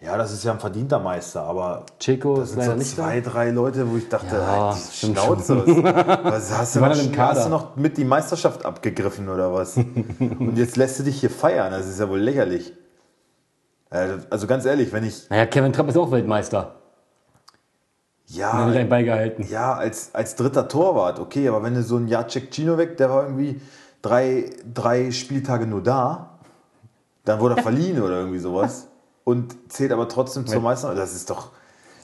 A: ja, das ist ja ein verdienter Meister, aber
B: Checo
A: das
B: ist
A: sind
B: leider
A: so
B: nicht da.
A: zwei, drei Leute, wo ich dachte,
B: Ja,
A: halt, die
B: stimmt
A: Schnauze. Was hast du,
B: waren
A: noch,
B: dann im
A: schon- hast
B: Kader.
A: du noch mit die Meisterschaft abgegriffen oder was? und jetzt lässt du dich hier feiern, das ist ja wohl lächerlich. Äh, Also ganz ehrlich, wenn ich.
B: Naja, Kevin Trapp ist auch Weltmeister.
A: Ja,
B: Hat gleich beigehalten.
A: Ja, als, als dritter Torwart, okay, aber wenn du so ein Jacek Cino weg, der war irgendwie drei, drei Spieltage nur da, dann wurde er verliehen oder irgendwie sowas und zählt aber trotzdem zur Meister. Das ist doch,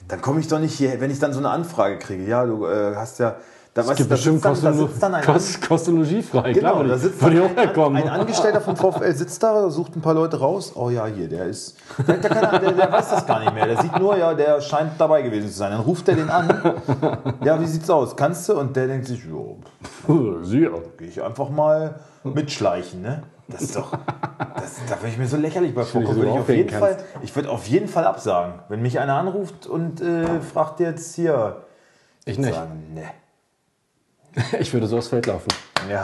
A: dann komme ich doch nicht hier, wenn ich dann so eine Anfrage kriege. Ja, du äh, hast ja, da, weißt, du,
B: Gibt
A: da,
B: bestimmt
A: sitzt dann, da
B: kostenlo-
A: sitzt dann ein
B: kost- kostenlogiefrei.
A: Genau,
B: Klar, würde
A: da
B: ich-
A: sitzt
B: würde ich
A: dann
B: auch herkommen.
A: ein Angestellter vom VfL sitzt da, sucht ein paar Leute raus. Oh ja, hier, der ist. Der, der, kann, der, der weiß das gar nicht mehr. Der sieht nur, ja, der scheint dabei gewesen zu sein. Dann ruft er den an. Ja, wie sieht's aus? Kannst du? Und der denkt sich, jo,
B: Puh, Sieger.
A: gehe ich einfach mal mitschleichen, ne? Das ist doch. Das, da würde ich mir so lächerlich bei vorkommen.
B: dass du
A: Würde ich, auf
B: aufregen
A: jeden Fall, ich würde auf jeden Fall absagen. Wenn mich einer anruft und äh, fragt jetzt hier,
B: Ich nicht.
A: sagen, ne.
B: Ich würde so aufs Feld laufen.
A: Ja.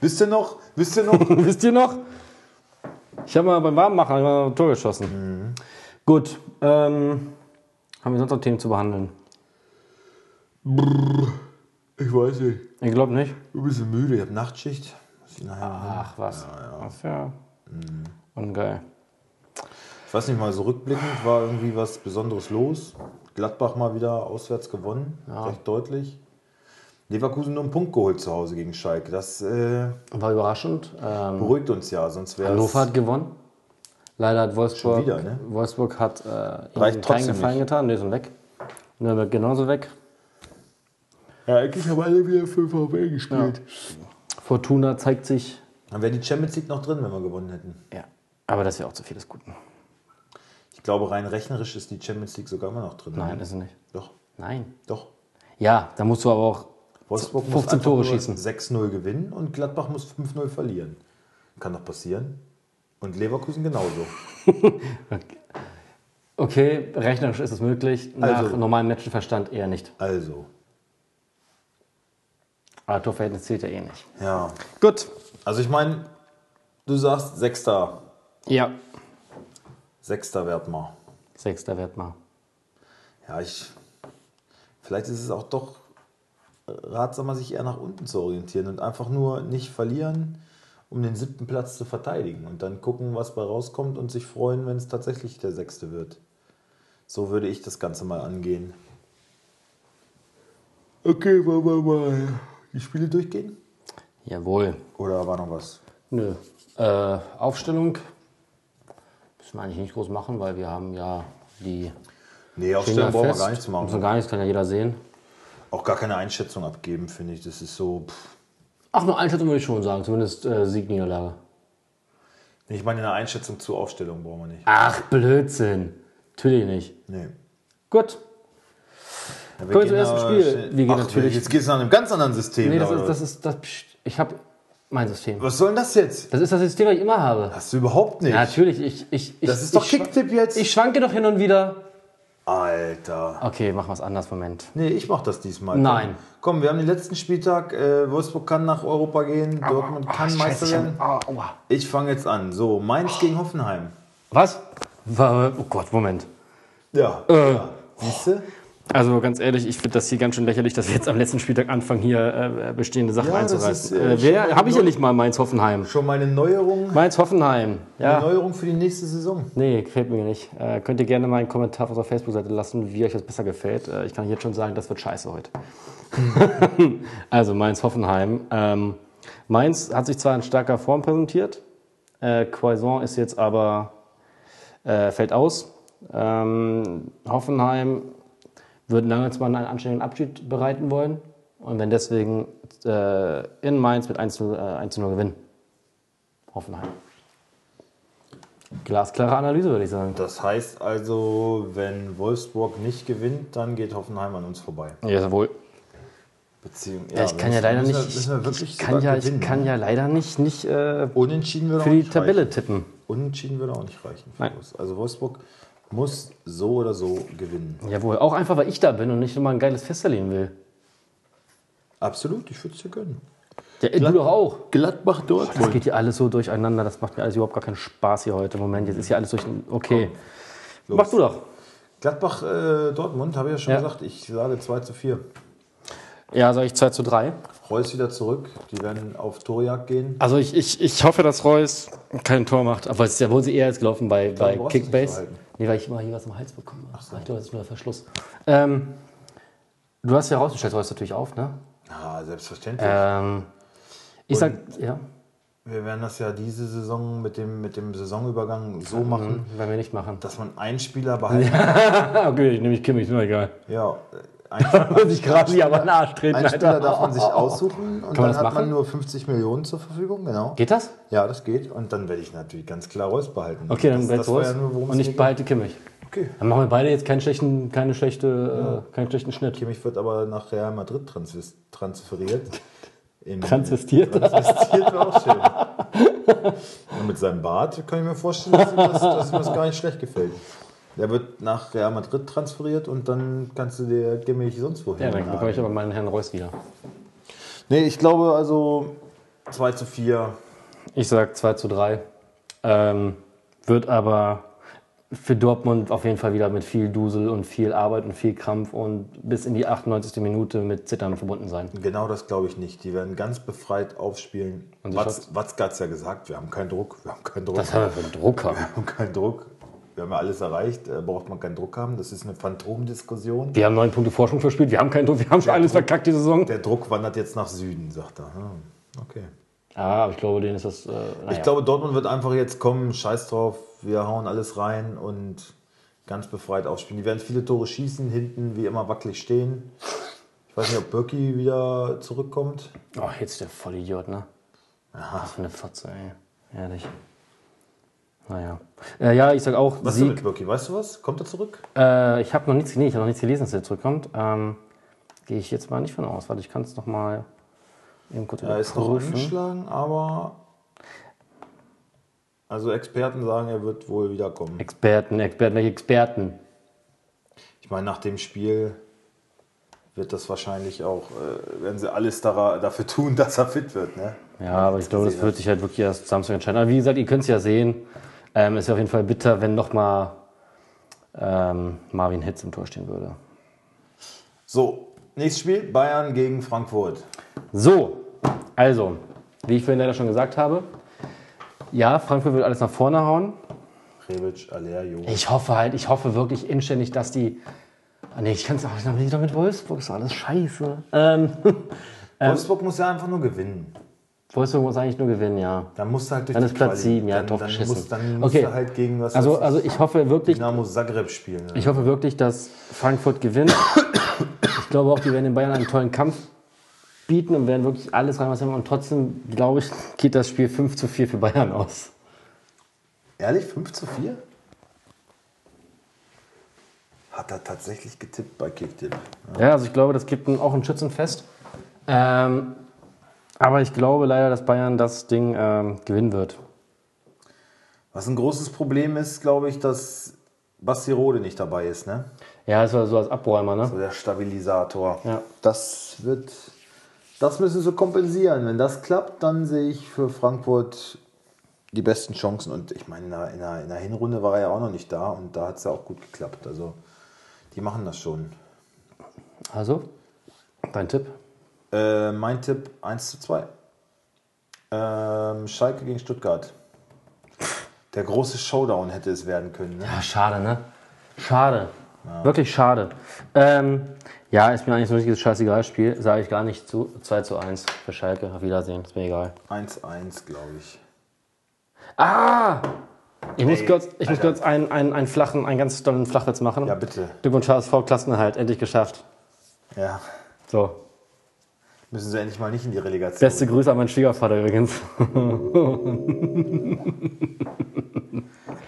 A: Wisst ihr noch? Wisst ihr noch?
B: Wisst ihr noch? Ich habe mal beim Warmmachen hab ich mal ein Tor geschossen.
A: Mhm.
B: Gut. Ähm, haben wir sonst noch Themen zu behandeln?
A: ich weiß nicht.
B: Ich glaube nicht.
A: Du bist müde, ich habe Nachtschicht. Muss ich nachher machen.
B: Ach was. Das ist ja
A: Mhm.
B: ungeil.
A: Ich weiß nicht mal, so rückblickend war irgendwie was Besonderes los. Gladbach mal wieder auswärts gewonnen, recht deutlich. Leverkusen nur einen Punkt geholt zu Hause gegen Schalke. Das äh,
B: War überraschend. Ähm,
A: beruhigt uns ja, sonst wäre
B: Hannover hat gewonnen. Leider hat Wolfsburg,
A: Schon wieder, ne?
B: Wolfsburg hat äh, ihnen
A: Reicht
B: keinen
A: trotzdem
B: Gefallen getan. Nee, sind weg. Nürnberg genauso weg.
A: Ja, eigentlich haben alle wieder für VfL gespielt.
B: Fortuna zeigt sich.
A: Dann wäre die Champions League noch drin, wenn wir gewonnen hätten.
B: Ja. Aber das wäre auch zu viel des Guten.
A: Ich glaube, rein rechnerisch ist die Champions League sogar immer noch drin.
B: Nein, ist es nicht.
A: Doch,
B: Nein.
A: doch.
B: Ja, da musst du aber auch.
A: Wolfsburg
B: 15
A: muss
B: Tore
A: Tore
B: schießen.
A: schießen. 6-0 gewinnen und Gladbach muss 5-0 verlieren. Kann doch passieren. Und Leverkusen genauso.
B: Okay, rechnerisch ist es möglich. Nach
A: Also-
B: normalem Menschenverstand eher nicht.
A: Also,
B: Aber Torverhältnis zählt ja eh nicht.
A: ja.
B: Gut.
A: Also ich meine, du sagst Sechster.
B: Ja.
A: Sechster werd mal.
B: Sechster Wert mal.
A: Ja, ich. Vielleicht ist es auch doch ratsamer, sich eher nach unten zu orientieren und einfach nur nicht verlieren, um den siebten Platz zu verteidigen und dann gucken, was bei rauskommt und sich freuen, wenn es tatsächlich der sechste wird. So würde ich das Ganze mal angehen. Okay, wollen wir mal die Spiele durchgehen?
B: Jawohl.
A: Oder war noch was?
B: Nö. Äh, Aufstellung müssen wir eigentlich nicht groß machen, weil wir haben ja die.
A: Nee,
B: Finger
A: aufstellen brauchen wir
B: fest. Also-
A: gar nichts
B: Müssen wir
A: machen.
B: gar nichts, kann ja jeder sehen.
A: Auch gar keine Einschätzung abgeben, finde ich. Das ist so. Pff.
B: Ach, nur Einschätzung würde ich schon sagen, zumindest äh, Siegniederlage.
A: Ich meine, eine Einschätzung zur Aufstellung brauchen wir nicht.
B: Ach, Blödsinn. Natürlich nicht.
A: Nee.
B: Gut.
A: Ja,
B: Kommen wir
A: gehen
B: zum ersten
A: aber
B: Spiel.
A: schnell-
B: Wir gehen
A: Ach,
B: natürlich-
A: Jetzt geht es nach einem ganz anderen System.
B: Nee, das
A: oder
B: ist
A: was?
B: das. Ist, das pst, ich habe mein System.
A: was soll denn das jetzt?
B: Das ist das System, was ich immer habe.
A: Hast du überhaupt nicht.
B: Natürlich, ich. ich, ich
A: das ist doch
B: ich,
A: Kicktipp jetzt.
B: Ich schwanke doch hin und wieder.
A: Alter.
B: Okay, machen wir es anders, Moment.
A: Nee, ich mach das diesmal.
B: Nein.
A: Komm, wir haben den letzten Spieltag. Äh, Wolfsburg kann nach Europa gehen. Dortmund kann Meister werden. Ich fange jetzt an. So, Mainz gegen Hoffenheim.
B: Was? Wa- Oh Gott, Moment.
A: Ja.
B: Äh,
A: Siehst du?
B: Also ganz ehrlich, ich finde das hier ganz schön lächerlich, dass wir jetzt am letzten Spieltag anfangen, hier äh, bestehende Sachen
A: Ja, das
B: einzureißen.
A: ist, äh,
B: äh, wer
A: schon mal
B: habe ich ja
A: genug.
B: nicht mal Mainz-Hoffenheim?
A: Schon mal eine Neuerung.
B: Mainz-Hoffenheim.
A: Eine
B: Ja.
A: Neuerung für die nächste Saison.
B: Nee, gefällt mir nicht. Äh, könnt ihr gerne mal einen Kommentar auf unserer Facebook-Seite lassen, wie euch das besser gefällt. Äh, ich kann jetzt schon sagen, das wird scheiße heute. also Mainz-Hoffenheim. Ähm, Mainz hat sich zwar in starker Form präsentiert, äh, Quaison ist jetzt aber äh, fällt aus. Ähm, Hoffenheim wird lange zwar einen anständigen Abschied bereiten wollen und wenn deswegen äh, in Mainz mit 1 zu äh, 1 zu 0 gewinnen. Hoffenheim. Glasklare Analyse, würde ich sagen.
A: Das heißt also, wenn Wolfsburg nicht gewinnt, dann geht Hoffenheim an uns vorbei.
B: Jawohl.
A: Beziehung,
B: Ja, ich
A: wir
B: kann ja
A: müssen-
B: leider
A: müssen
B: nicht,
A: wir- müssen wir
B: ich,
A: wirklich
B: ich, kann
A: sogar
B: ja, ich
A: gewinnen.
B: kann ja leider nicht, nicht äh,
A: Unentschieden würde
B: für
A: auch
B: die
A: nicht reichen.
B: Tabelle tippen.
A: Unentschieden würde auch nicht reichen. für
B: Nein.
A: Wolfs- Also Wolfsburg muss so oder so gewinnen.
B: Jawohl, auch einfach, weil ich da bin und nicht immer ein geiles Fest erleben will.
A: Absolut, ich würde es dir gönnen.
B: Ja, du doch auch.
A: Gladbach
B: Das
A: Dortmund.
B: geht hier alles so durcheinander, das macht mir alles überhaupt gar keinen Spaß hier heute. Moment, jetzt ist hier alles durch. Okay. Mach du doch.
A: Gladbach äh, Dortmund, habe ich ja schon
B: Ja.
A: gesagt, ich sage 2 zu 4.
B: Ja, sage ich 2 zu 3.
A: Reus wieder zurück, die werden auf Torjagd gehen.
B: Also ich, ich, ich hoffe, dass Reus kein Tor macht. Aber es ist ja wohl sie eher jetzt gelaufen bei,
A: brauchst du
B: bei
A: es nicht
B: Kickbase.
A: verhalten.
B: Nee, weil ich mal hier was am Hals bekommen habe. Ich glaube, das ist nur der Verschluss. Ähm, du hast ja rausgestellt, Reus natürlich auf, ne?
A: Ah, selbstverständlich.
B: Ähm, ich sag, ja,
A: Wir werden das ja diese Saison mit dem, mit dem Saisonübergang so machen,
B: werden wir nicht machen.
A: dass man einen Spieler behalten
B: Ah, okay, ich nehme ich Kimmich, ist mir egal.
A: Ja, äh, ein,
B: Muss ich gerade hier aber in den Arsch treten,
A: einen Spieler darf
B: Alter.
A: man sich aussuchen und
B: Kann man
A: dann
B: das
A: hat
B: machen?
A: man nur 50 Millionen zur Verfügung, genau.
B: Geht das?
A: Ja, das geht. Und dann werde ich natürlich ganz klar Reus behalten.
B: Okay, dann
A: das,
B: bleibt
A: das war
B: Reus
A: ja nur, worum
B: und
A: es
B: ich
A: mir
B: behalte Kimmich.
A: ging. Okay.
B: Dann machen wir beide jetzt keinen schlechten, keine schlechte, äh, keinen schlechten Schnitt.
A: Kimmich wird aber nach Real Madrid transfis- transferiert. In,
B: Transvestiert.
A: transvestiert wäre auch schön. Und mit seinem Bart kann ich mir vorstellen, dass ihm das, dass ihm das gar nicht schlecht gefällt. Der wird nach Real Madrid transferiert und dann kannst du dir Kimmich sonst wohin.
B: Ja, dann bekomme
A: nageln.
B: ich aber meinen Herrn Reus wieder.
A: Nee, ich glaube also 2 zu 4.
B: Ich sag 2 zu 3. Ähm, wird aber für Dortmund auf jeden Fall wieder mit viel Dusel und viel Arbeit und viel Krampf und bis in die 98. Minute mit Zittern verbunden sein.
A: Genau das glaube ich nicht. Die werden ganz befreit aufspielen.
B: Und sie
A: Watz, Watzke hat es ja gesagt, wir haben keinen Druck, wir haben keinen Druck.
B: Das haben wir für einen Drucker.
A: Wir haben keinen Druck. Wir haben ja alles erreicht, äh, braucht man keinen Druck haben. Das ist eine Phantomdiskussion.
B: Wir haben neun Punkte Vorsprung verspielt, wir haben keinen Druck, wir haben schon alles verkackt die Saison.
A: Der Druck wandert jetzt nach Süden, sagt er. Hm, okay.
B: Ah, aber ich glaube, denen ist das. Äh, naja.
A: Ich glaube, Dortmund wird einfach jetzt kommen, scheiß drauf, wir hauen alles rein und ganz befreit aufspielen. Die werden viele Tore schießen, hinten wie immer wackelig stehen. Ich weiß nicht, ob Birki wieder zurückkommt.
B: Oh, jetzt der Vollidiot, ne? Aha. Was für eine Fotze, ey. Ehrlich. Naja. Äh, ja, ich sag auch
A: Was ist denn
B: Sieg.
A: mit Birki? Weißt du was? Kommt er zurück?
B: Äh, ich habe noch nichts, nee, ich habe noch nichts gelesen, dass er zurückkommt. Ähm, Gehe ich jetzt mal nicht von aus. Warte, ich kann es noch mal eben kurz
A: Er ist noch
B: überprüfen.
A: ungeschlagen, aber. Also Experten sagen, er wird wohl wiederkommen.
B: Experten, Experten, welche Experten?
A: Ich meine, nach dem Spiel wird das wahrscheinlich auch, äh, werden sie alles dara- dafür tun, dass er fit wird. Ne?
B: Ja, aber ich glaube, das wird sich halt wirklich erst Samstag entscheiden. Aber wie gesagt, ihr könnt es ja sehen. Ähm, es wäre auf jeden Fall bitter, wenn nochmal ähm, Marvin Hitz im Tor stehen würde.
A: So, nächstes Spiel, Bayern gegen Frankfurt.
B: So, also, wie ich vorhin leider schon gesagt habe, ja, Frankfurt wird alles nach vorne hauen.
A: Rebic, Aller, Jo.
B: Ich hoffe halt, ich hoffe wirklich inständig, dass die. Ah, nee, ich kann es auch nicht wieder mit Wolfsburg, ist doch alles scheiße. Ähm,
A: Wolfsburg muss ja einfach nur gewinnen.
B: Wolfsburg muss eigentlich nur gewinnen, ja.
A: Dann musst du halt durch
B: Dann
A: die
B: ist Platz
A: Quali.
B: sieben, ja,
A: dann,
B: drauf
A: dann
B: geschissen.
A: Musst, dann musst
B: Okay.
A: du halt gegen was
B: Also,
A: weiß ich,
B: also ich hoffe wirklich,
A: Dynamo Zagreb spielen. Ne?
B: ich hoffe wirklich, dass Frankfurt gewinnt. Ich glaube auch, die werden den Bayern einen tollen Kampf bieten und werden wirklich alles rein, was sie haben. Und trotzdem, glaube ich, geht das Spiel 5 zu 4 für Bayern aus.
A: Ehrlich, 5 zu 4? Hat er tatsächlich getippt bei Kicktipp.
B: Ja, also ich glaube, das gibt ein, auch ein Schützenfest. Ähm, aber ich glaube leider, dass Bayern das Ding ähm, gewinnen wird.
A: Was ein großes Problem ist, glaube ich, dass Basti Rode nicht dabei ist. Ne?
B: Ja, das war so als Abräumer, ne?
A: So der Stabilisator.
B: Ja.
A: Das wird. Das müssen sie kompensieren. Wenn das klappt, dann sehe ich für Frankfurt die besten Chancen. Und ich meine, in der, in der, in der Hinrunde war er ja auch noch nicht da und da hat es ja auch gut geklappt. Also die machen das schon.
B: Also, dein Tipp?
A: Äh, mein Tipp 1 zu 2. Ähm, Schalke gegen Stuttgart. Der große Showdown hätte es werden können. Ne?
B: Ja, schade, ne? Schade. Wirklich schade. Ähm, ja, ist mir eigentlich so ein richtiges Scheißegal-Spiel. Sage ich gar nicht zu. 2 zu 1 für Schalke. Auf Wiedersehen. Ist mir egal.
A: 1-1, glaube ich.
B: Ah! Ich muss
A: Ey,
B: kurz, ich muss
A: Alter.
B: kurz einen, einen, einen flachen, einen ganz tollen Flachwitz machen.
A: Ja, bitte.
B: Glückwunsch HSV Klassenerhalt. Endlich geschafft.
A: Ja.
B: So.
A: Müssen sie endlich mal nicht in die Relegation.
B: Beste Grüße an meinen Schwiegervater übrigens.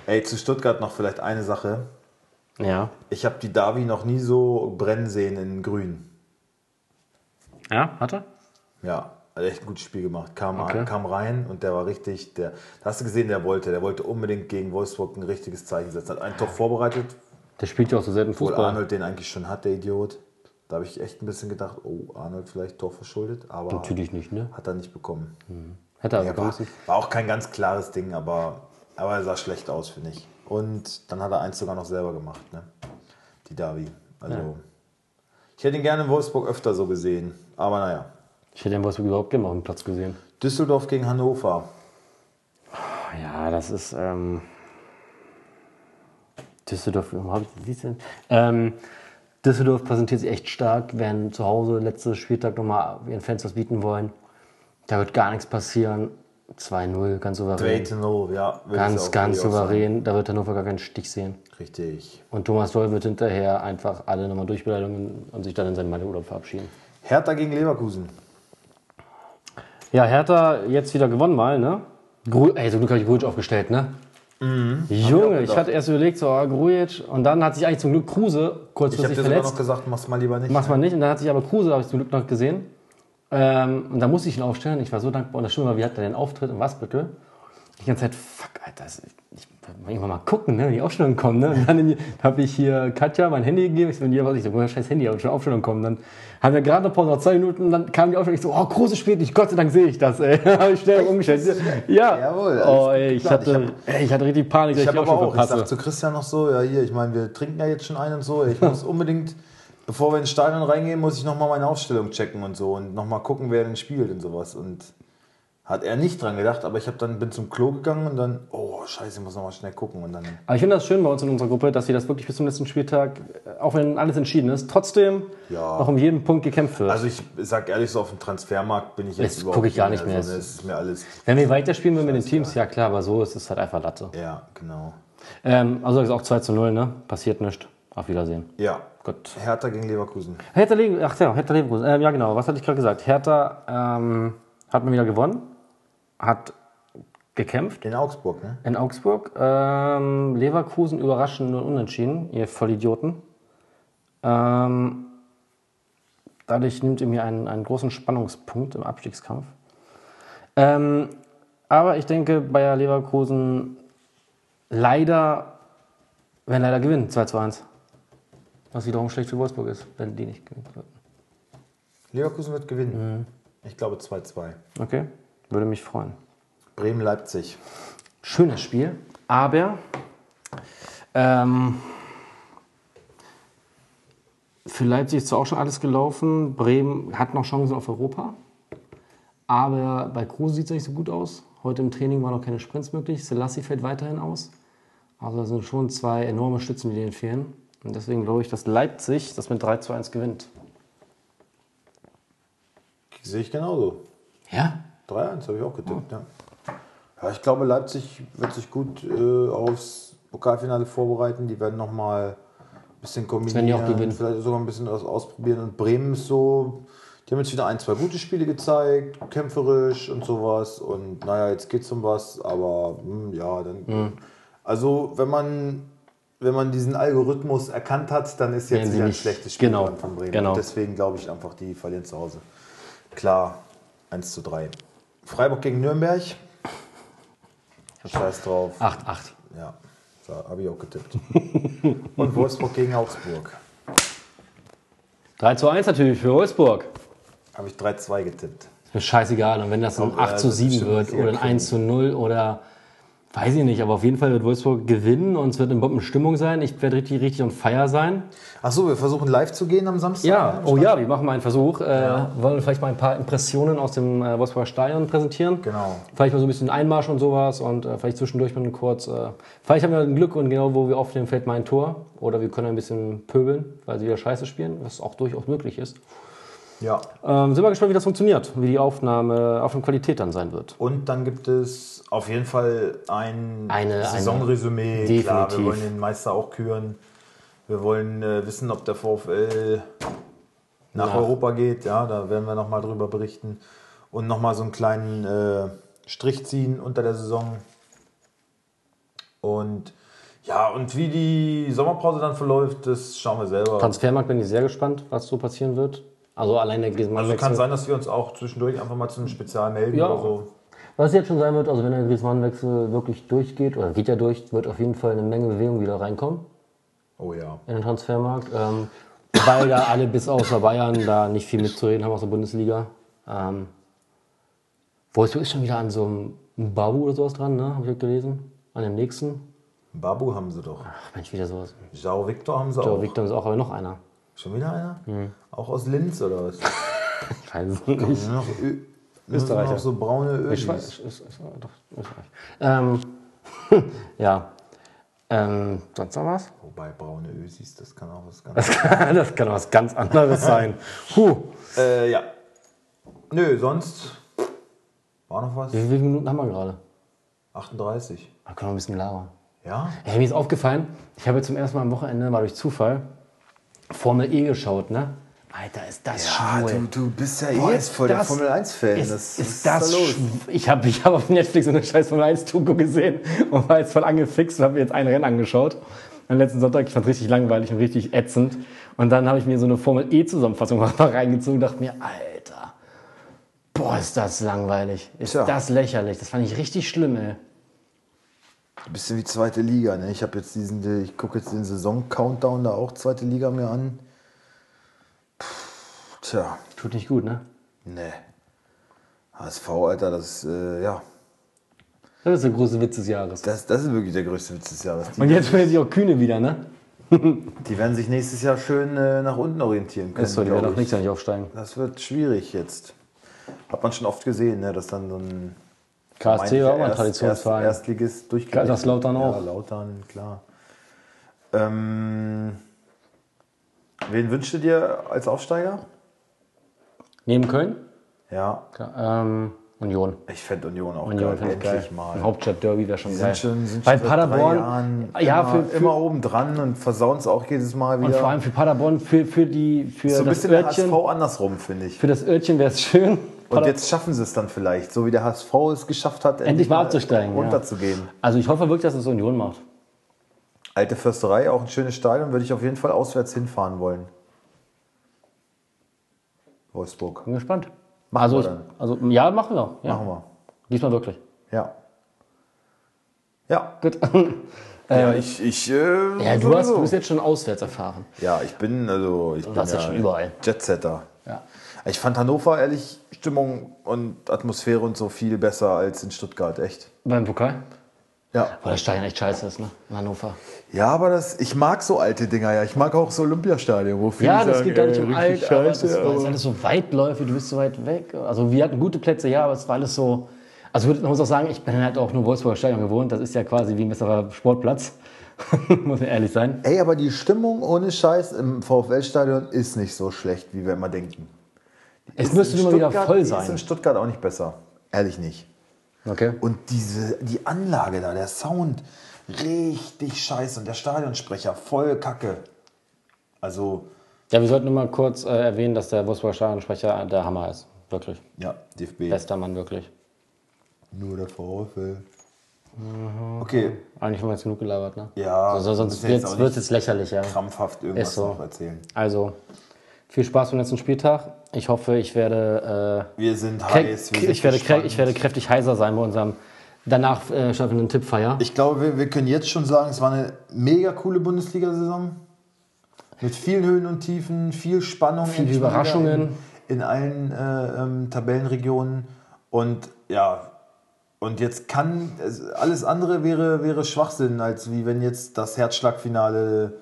A: Ey, zu Stuttgart noch vielleicht eine Sache.
B: Ja.
A: Ich habe die Davi noch nie so brennen sehen in Grün.
B: Ja, hat er?
A: Ja, hat echt ein gutes Spiel gemacht. Kam,
B: Okay.
A: kam rein und der war richtig. Der, da hast du gesehen, der wollte. Der wollte unbedingt gegen Wolfsburg ein richtiges Zeichen setzen. Hat ein Tor vorbereitet,
B: Der spielt ja auch so selten
A: Obwohl
B: Fußball.
A: Arnold den eigentlich schon hat, der Idiot. Da habe ich echt ein bisschen gedacht, oh, Arnold vielleicht Tor verschuldet, aber
B: Natürlich nicht, ne?
A: hat er nicht bekommen.
B: Hätte er
A: Ja,
B: bekommen
A: war,
B: müssen.
A: war auch kein ganz klares Ding, aber, aber er sah schlecht aus, finde ich. Und dann hat er eins sogar noch selber gemacht, ne? Die Davi. Also, ich hätte ihn gerne in Wolfsburg öfter so gesehen, aber naja.
B: Ich hätte den Wolfsburg überhaupt gerne mal auf dem Platz gesehen.
A: Düsseldorf gegen Hannover.
B: Oh Ja, das ist. Ähm, Düsseldorf, warum habe ich das siehst du denn? Ähm, Düsseldorf präsentiert sich echt stark, werden zu Hause letzte Spieltag nochmal ihren Fans was bieten wollen. Da wird gar nichts passieren. 2-0, ganz souverän.
A: 3-0, ja. würde ich auch- würde
B: Ganz,
A: ich
B: ganz
A: auch sagen.
B: souverän. Da wird Hannover gar keinen Stich sehen.
A: Richtig.
B: Und Thomas Doll wird hinterher einfach alle nochmal durchbeleidigen und sich dann in seinen Malleurlaub verabschieden.
A: Hertha gegen Leverkusen.
B: Ja, Hertha jetzt wieder gewonnen mal, ne? Gru Ey, zum Glück habe ich Grujic aufgestellt, ne?
A: Mhm.
B: Junge, ich, hatte erst überlegt, so, ah, Grujic. Und dann hat sich eigentlich zum Glück Kruse
A: Ich habe
B: kurzfristig
A: dir sogar
B: verletzt.
A: noch gesagt, mach's mal lieber nicht.
B: Mach's mal nicht. Und dann hat sich aber Kruse, habe ich zum Glück noch gesehen. Ähm, und da musste ich ihn aufstellen. Ich war so dankbar. Und das Schlimme war, wie hat er den Auftritt und was bitte? Die ganze Zeit, fuck, Alter, das, ich muss irgendwann mal gucken, ne, wenn die Aufstellung kommen. Ne? Und dann in die- habe ich hier Katja mein Handy gegeben. Ich so, ja, was ich so, woher scheiß Handy, aber schon Aufstellung kommen. Dann haben wir gerade eine Pause, noch zwei Minuten, und dann kam die Aufstellung. Ich so, oh, Kruse spielt nicht, Gott sei Dank sehe ich das, ey. habe ich schnell umgestellt. Ja,
A: Jawohl, alles
B: oh,
A: gut
B: ey, ich
A: geplant. Ich
B: hatte, ey, ich hatte richtig Panik, dass
A: Ich
B: ich, die
A: habe aber
B: Aufstellung
A: auch, ich
B: verpasse.
A: sag zu Christian noch so, ja hier, ich meine, wir trinken ja jetzt schon einen und so, ich muss unbedingt, bevor wir ins Stadion reingehen, muss ich nochmal meine Aufstellung checken und so und nochmal gucken, wer denn spielt und sowas und Hat er nicht dran gedacht, aber ich hab dann, bin zum Klo gegangen und dann, oh scheiße, ich muss nochmal schnell gucken. Und dann,
B: Aber ich finde das schön bei uns in unserer Gruppe, dass sie das wirklich bis zum letzten Spieltag, äh, auch wenn alles entschieden ist, trotzdem
A: Ja.
B: noch um jeden Punkt gekämpft wird.
A: also ich sag ehrlich, so auf dem Transfermarkt bin ich jetzt
B: Jetzt guck ich gar nicht mehr.
A: Also, es ist mir alles,
B: wenn wir weiterspielen würden mit den Teams, ja klar, aber so ist es halt einfach Latte.
A: ja, genau.
B: Ähm, also ist auch 2 zu 0, ne? Passiert nichts. Auf Wiedersehen.
A: Ja,
B: Gut.
A: Hertha gegen Leverkusen.
B: Hertha Leverkusen, ach ja, Hertha Leverkusen. Ähm, ja genau, was hatte ich gerade gesagt? Hertha ähm, hat mal wieder gewonnen, hat gekämpft
A: In Augsburg, ne?
B: in Augsburg. Ähm, Leverkusen überraschend nur unentschieden, ihr Vollidioten. Ähm, dadurch nimmt ihr mir einen, einen großen Spannungspunkt im Abstiegskampf. Ähm, aber ich denke, Bayer Leverkusen leider, wenn leider gewinnt, 2 zu 1. Was wiederum schlecht für Wolfsburg ist, wenn die nicht gewinnen würden.
A: Leverkusen wird gewinnen.
B: Mhm.
A: Ich glaube 2-2.
B: Okay, würde mich freuen.
A: Bremen-Leipzig.
B: schönes Spiel, aber ähm, für Leipzig ist zwar auch schon alles gelaufen, Bremen hat noch Chancen auf Europa, aber bei Kruse sieht es nicht so gut aus. Heute im Training waren noch keine Sprints möglich, Selassie fällt weiterhin aus. Also das sind schon zwei enorme Stützen, die denen fehlen. Und deswegen glaube ich, dass Leipzig das mit 3 zu 1 gewinnt.
A: Sehe ich genauso.
B: Ja?
A: 3-1 habe ich auch getippt, ja. Ja, ich glaube, Leipzig wird sich gut äh, aufs Pokalfinale vorbereiten. Die werden nochmal ein bisschen kombinieren.
B: werden die auch gewinnen.
A: Vielleicht sogar ein bisschen was ausprobieren. Und Bremen ist so, die haben jetzt wieder ein, zwei gute Spiele gezeigt, kämpferisch und sowas. Und naja, jetzt geht's um was, aber hm, ja, dann. Also, wenn man. Wenn man diesen Algorithmus erkannt hat, dann ist jetzt
B: Werden sie
A: nicht ein
B: nicht-
A: schlechtes Spiel
B: genau,
A: dran von Bremen.
B: genau.
A: Deswegen glaube ich einfach, die verlieren zu Hause. Klar, 1 zu 3. Freiburg gegen Nürnberg. Scheiß drauf.
B: Ah. 8-8.
A: Ja, da habe ich auch getippt. Und Wolfsburg gegen Augsburg.
B: 3 zu 1 natürlich für Wolfsburg.
A: Habe ich 3-2 getippt.
B: Ist mir scheißegal. Und wenn das ein
A: Komm,
B: 8
A: äh,
B: zu
A: das
B: 7
A: bestimmt
B: wird
A: eher
B: oder ein
A: kriegen.
B: 1 zu 0 oder weiß ich nicht, aber auf jeden Fall wird Wolfsburg gewinnen und es wird in Bombenstimmung sein. Ich werde richtig, richtig on fire sein.
A: Achso, wir versuchen live zu gehen am Samstag.
B: Ja, oh ja, wir machen mal einen Versuch. Äh, Wollen wir vielleicht mal ein paar Impressionen aus dem äh, Wolfsburger Stadion präsentieren?
A: Genau.
B: Vielleicht mal so ein bisschen Einmarsch und sowas und äh, vielleicht zwischendurch mal kurz. Äh, vielleicht haben wir ein Glück und genau wo wir aufnehmen, fällt mal ein Tor. Oder wir können ein bisschen pöbeln, weil sie wieder scheiße spielen, was auch durchaus möglich ist.
A: Ja.
B: Ähm, sind wir gespannt, wie das funktioniert, wie die Aufnahme, Aufnahmequalität dann sein wird.
A: Und dann gibt es auf jeden Fall ein
B: Eine-
A: Saisonresümee.
B: eine-
A: Klar, wir
B: definitiv.
A: wollen den Meister auch küren. Wir wollen äh, wissen, ob der VfL nach
B: Nach-
A: Europa geht. Ja, da werden wir nochmal drüber berichten. Und nochmal so einen kleinen äh, Strich ziehen unter der Saison. Und ja, und wie die Sommerpause dann verläuft, das schauen wir selber.
B: Transfermarkt bin ich sehr gespannt, was so passieren wird. Also allein der Griezmann
A: also kann sein, dass wir uns auch zwischendurch einfach mal zu einem Spezial melden
B: Ja.
A: oder so.
B: Was jetzt schon sein wird, also wenn der Griezmann-Wechsel wirklich durchgeht, oder geht ja durch, wird auf jeden Fall eine Menge Bewegung wieder reinkommen
A: Oh ja.
B: in den Transfermarkt. Ähm, weil da alle bis außer Bayern da nicht viel mitzureden haben aus der Bundesliga. Ähm, Wolfsburg ist schon wieder an so einem Babu oder sowas dran, ne? Hab ich gelesen. An dem nächsten.
A: Babu haben sie doch.
B: Ach Mensch, wieder sowas.
A: Jao Victor haben sie
B: Der
A: auch.
B: Victor ist auch, aber noch einer.
A: Schon wieder einer?
B: Hm.
A: Auch aus Linz oder was?
B: Scheiße.
A: Nur noch, Ö nur
B: Österreicher.
A: noch so braune
B: Ich
A: Ölis.
B: weiß, ist, ist, doch, Österreich. Ähm, ja. Ähm, sonst noch was?
A: Wobei braune Ösis, das kann auch was ganz.
B: das kann was ganz anderes sein. Puh.
A: äh, ja. Nö, sonst war noch was?
B: Wie viele Minuten haben wir gerade?
A: 38.
B: Da können wir ein bisschen labern.
A: Ja?
B: Ey, mir ist aufgefallen, ich habe zum ersten Mal am Wochenende mal durch Zufall Formel E geschaut, ne? Alter, ist das schwul.
A: du bist ja
B: Boah, ist das-
A: Formel-1-Fan.
B: Ist, ist, das schw- Ich habe ich hab auf Netflix so eine scheiß Formel 1 Doku gesehen und war jetzt voll angefixt und habe mir jetzt ein Rennen angeschaut. Am letzten Sonntag, ich fand es richtig langweilig und richtig ätzend. Und dann habe ich mir so eine Formel E Zusammenfassung mal reingezogen und dachte mir, Alter, boah, ist das langweilig. Ist
A: Tja.
B: das lächerlich. Das fand ich richtig schlimm, ey.
A: Bisschen wie zweite Liga, ne? Ich habe jetzt diesen, ich gucke jetzt den Saison-Countdown da auch zweite Liga mir an. Puh, tja.
B: Tut nicht gut, ne?
A: Nee. HSV, Alter, das, äh, ja.
B: Das ist der große Witz des Jahres.
A: Das, das ist wirklich der größte Witz des Jahres. Die,
B: Und jetzt werden sich auch Kühne wieder, ne?
A: die werden sich nächstes Jahr schön äh, nach unten orientieren können.
B: Achso, die
A: glaub
B: werden auch
A: ich.
B: nicht, nicht aufsteigen.
A: Das wird schwierig jetzt. Hat man schon oft gesehen, ne, dass dann so ein
B: KSC war auch mal ein
A: Erst-
B: Traditionsverein.
A: Erst, Erstligist durchgeht.
B: Kaiserslautern
A: Ja,
B: auch.
A: Lautern, klar. Ähm, wen wünschst du dir als Aufsteiger?
B: Neben Köln?
A: Ja,
B: Klar, ähm, Union.
A: ich fände Union auch
B: Union
A: geil.
B: finde ich
A: Endlich
B: geil. Ein
A: mal.
B: Hauptstadt-Derby wäre schon
A: Die
B: geil.
A: Sind schon, sind
B: Bei
A: schon seit drei
B: Paderborn,
A: Jahren
B: ja,
A: immer,
B: für, für,
A: immer oben dran und versauen es auch jedes Mal
B: und
A: wieder.
B: vor allem für Paderborn, für, für, die, für,
A: so ein
B: das
A: bisschen der
B: Örtchen,
A: HSV andersrum, finde ich.
B: für das Örtchen wäre es schön.
A: Und
B: Pader-
A: jetzt schaffen sie es dann vielleicht, so wie der HSV es geschafft hat,
B: Endlich mal abzusteigen, ja.
A: runterzugehen.
B: also ich hoffe wirklich, dass es Union macht.
A: Alte Försterei, auch ein schönes Stadion, würde ich auf jeden Fall auswärts hinfahren wollen. Wolfsburg.
B: Bin gespannt.
A: Machen
B: also,
A: wir
B: ich,
A: dann.
B: also ja, machen wir. Ja.
A: Machen wir.
B: Diesmal wirklich.
A: Ja. Ja.
B: Gut. Ähm,
A: ja, ich, ich, äh,
B: Ja, du, hast, du
A: sowieso.
B: bist jetzt schon auswärts erfahren.
A: ja, ich bin, also, ich bin
B: warst ja schon überall.
A: Jetsetter.
B: Ja.
A: Ich fand Hannover, ehrlich, Stimmung und Atmosphäre und so viel besser als in Stuttgart, echt.
B: Beim Pokal?
A: Ja.
B: Weil das Stadion echt scheiße ist, ne? In Hannover.
A: Ja, aber das, ich mag so alte Dinger, ja. Ich mag auch so Olympiastadion, wo viele
B: Ja, das
A: sagen,
B: geht gar nicht
A: ey,
B: um
A: richtig
B: alt, aber das
A: scheiße,
B: war jetzt alles so weitläufig, du bist so weit weg. Also wir hatten gute Plätze, ja, aber es war alles so. Also man muss auch sagen, ich bin halt auch nur Wolfsburger Stadion gewohnt. Das ist ja quasi wie ein besserer Sportplatz. muss man ehrlich sein.
A: Ey, aber die Stimmung ohne Scheiß im VfL-Stadion ist nicht so schlecht, wie wir immer denken.
B: Es
A: Ist
B: müsste
A: in
B: immer wieder
A: Stuttgart-
B: voll
A: die Ist in
B: sein.
A: Stuttgart auch nicht besser. Ehrlich nicht.
B: Okay.
A: Und diese, die Anlage da, der Sound, richtig scheiße. Und der Stadionsprecher, voll kacke. Also,
B: Ja, wir sollten nur mal kurz äh, erwähnen, dass der Wolfsburger Stadionsprecher der Hammer ist. Wirklich.
A: ja, DFB.
B: Bester Mann, wirklich.
A: Nur der VfL. Okay,
B: Eigentlich haben wir jetzt genug gelabert, ne?
A: Ja,
B: So, so,
A: ist
B: sonst
A: ja
B: wird
A: jetzt auch
B: es
A: nicht
B: jetzt lächerlich, ja.
A: krampfhaft irgendwas
B: Ist so.
A: noch erzählen.
B: Also, viel Spaß beim letzten Spieltag. Ich hoffe, ich werde,
A: Wir sind
B: äh, krä-
A: heiß. Wir sind
B: ich, werde krä-
A: gespannt.
B: ich werde kräftig heiser sein bei unserem danach äh, schaffenden Tippfeier.
A: Ich glaube, wir, wir können jetzt schon sagen, es war eine mega coole Bundesliga-Saison. Mit vielen Höhen und Tiefen, viel Spannung,
B: Viele
A: endlich mal wieder
B: Überraschungen.
A: In, in allen äh, ähm, Tabellenregionen. Und ja, und jetzt kann es- alles andere wäre, wäre Schwachsinn, als wie wenn jetzt das Herzschlagfinale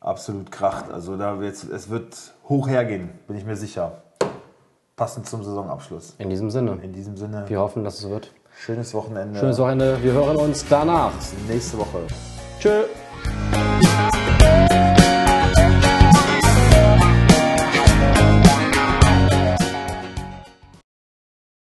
A: absolut kracht. Also da wird's, es wird hoch hergehen, bin ich mir sicher. Passend zum Saisonabschluss.
B: In diesem Sinne.
A: In diesem Sinne,
B: Wir hoffen, dass es wird.
A: schönes Wochenende.
B: Schönes Wochenende. Wir hören uns danach.
A: Nächste Woche.
B: Tschö.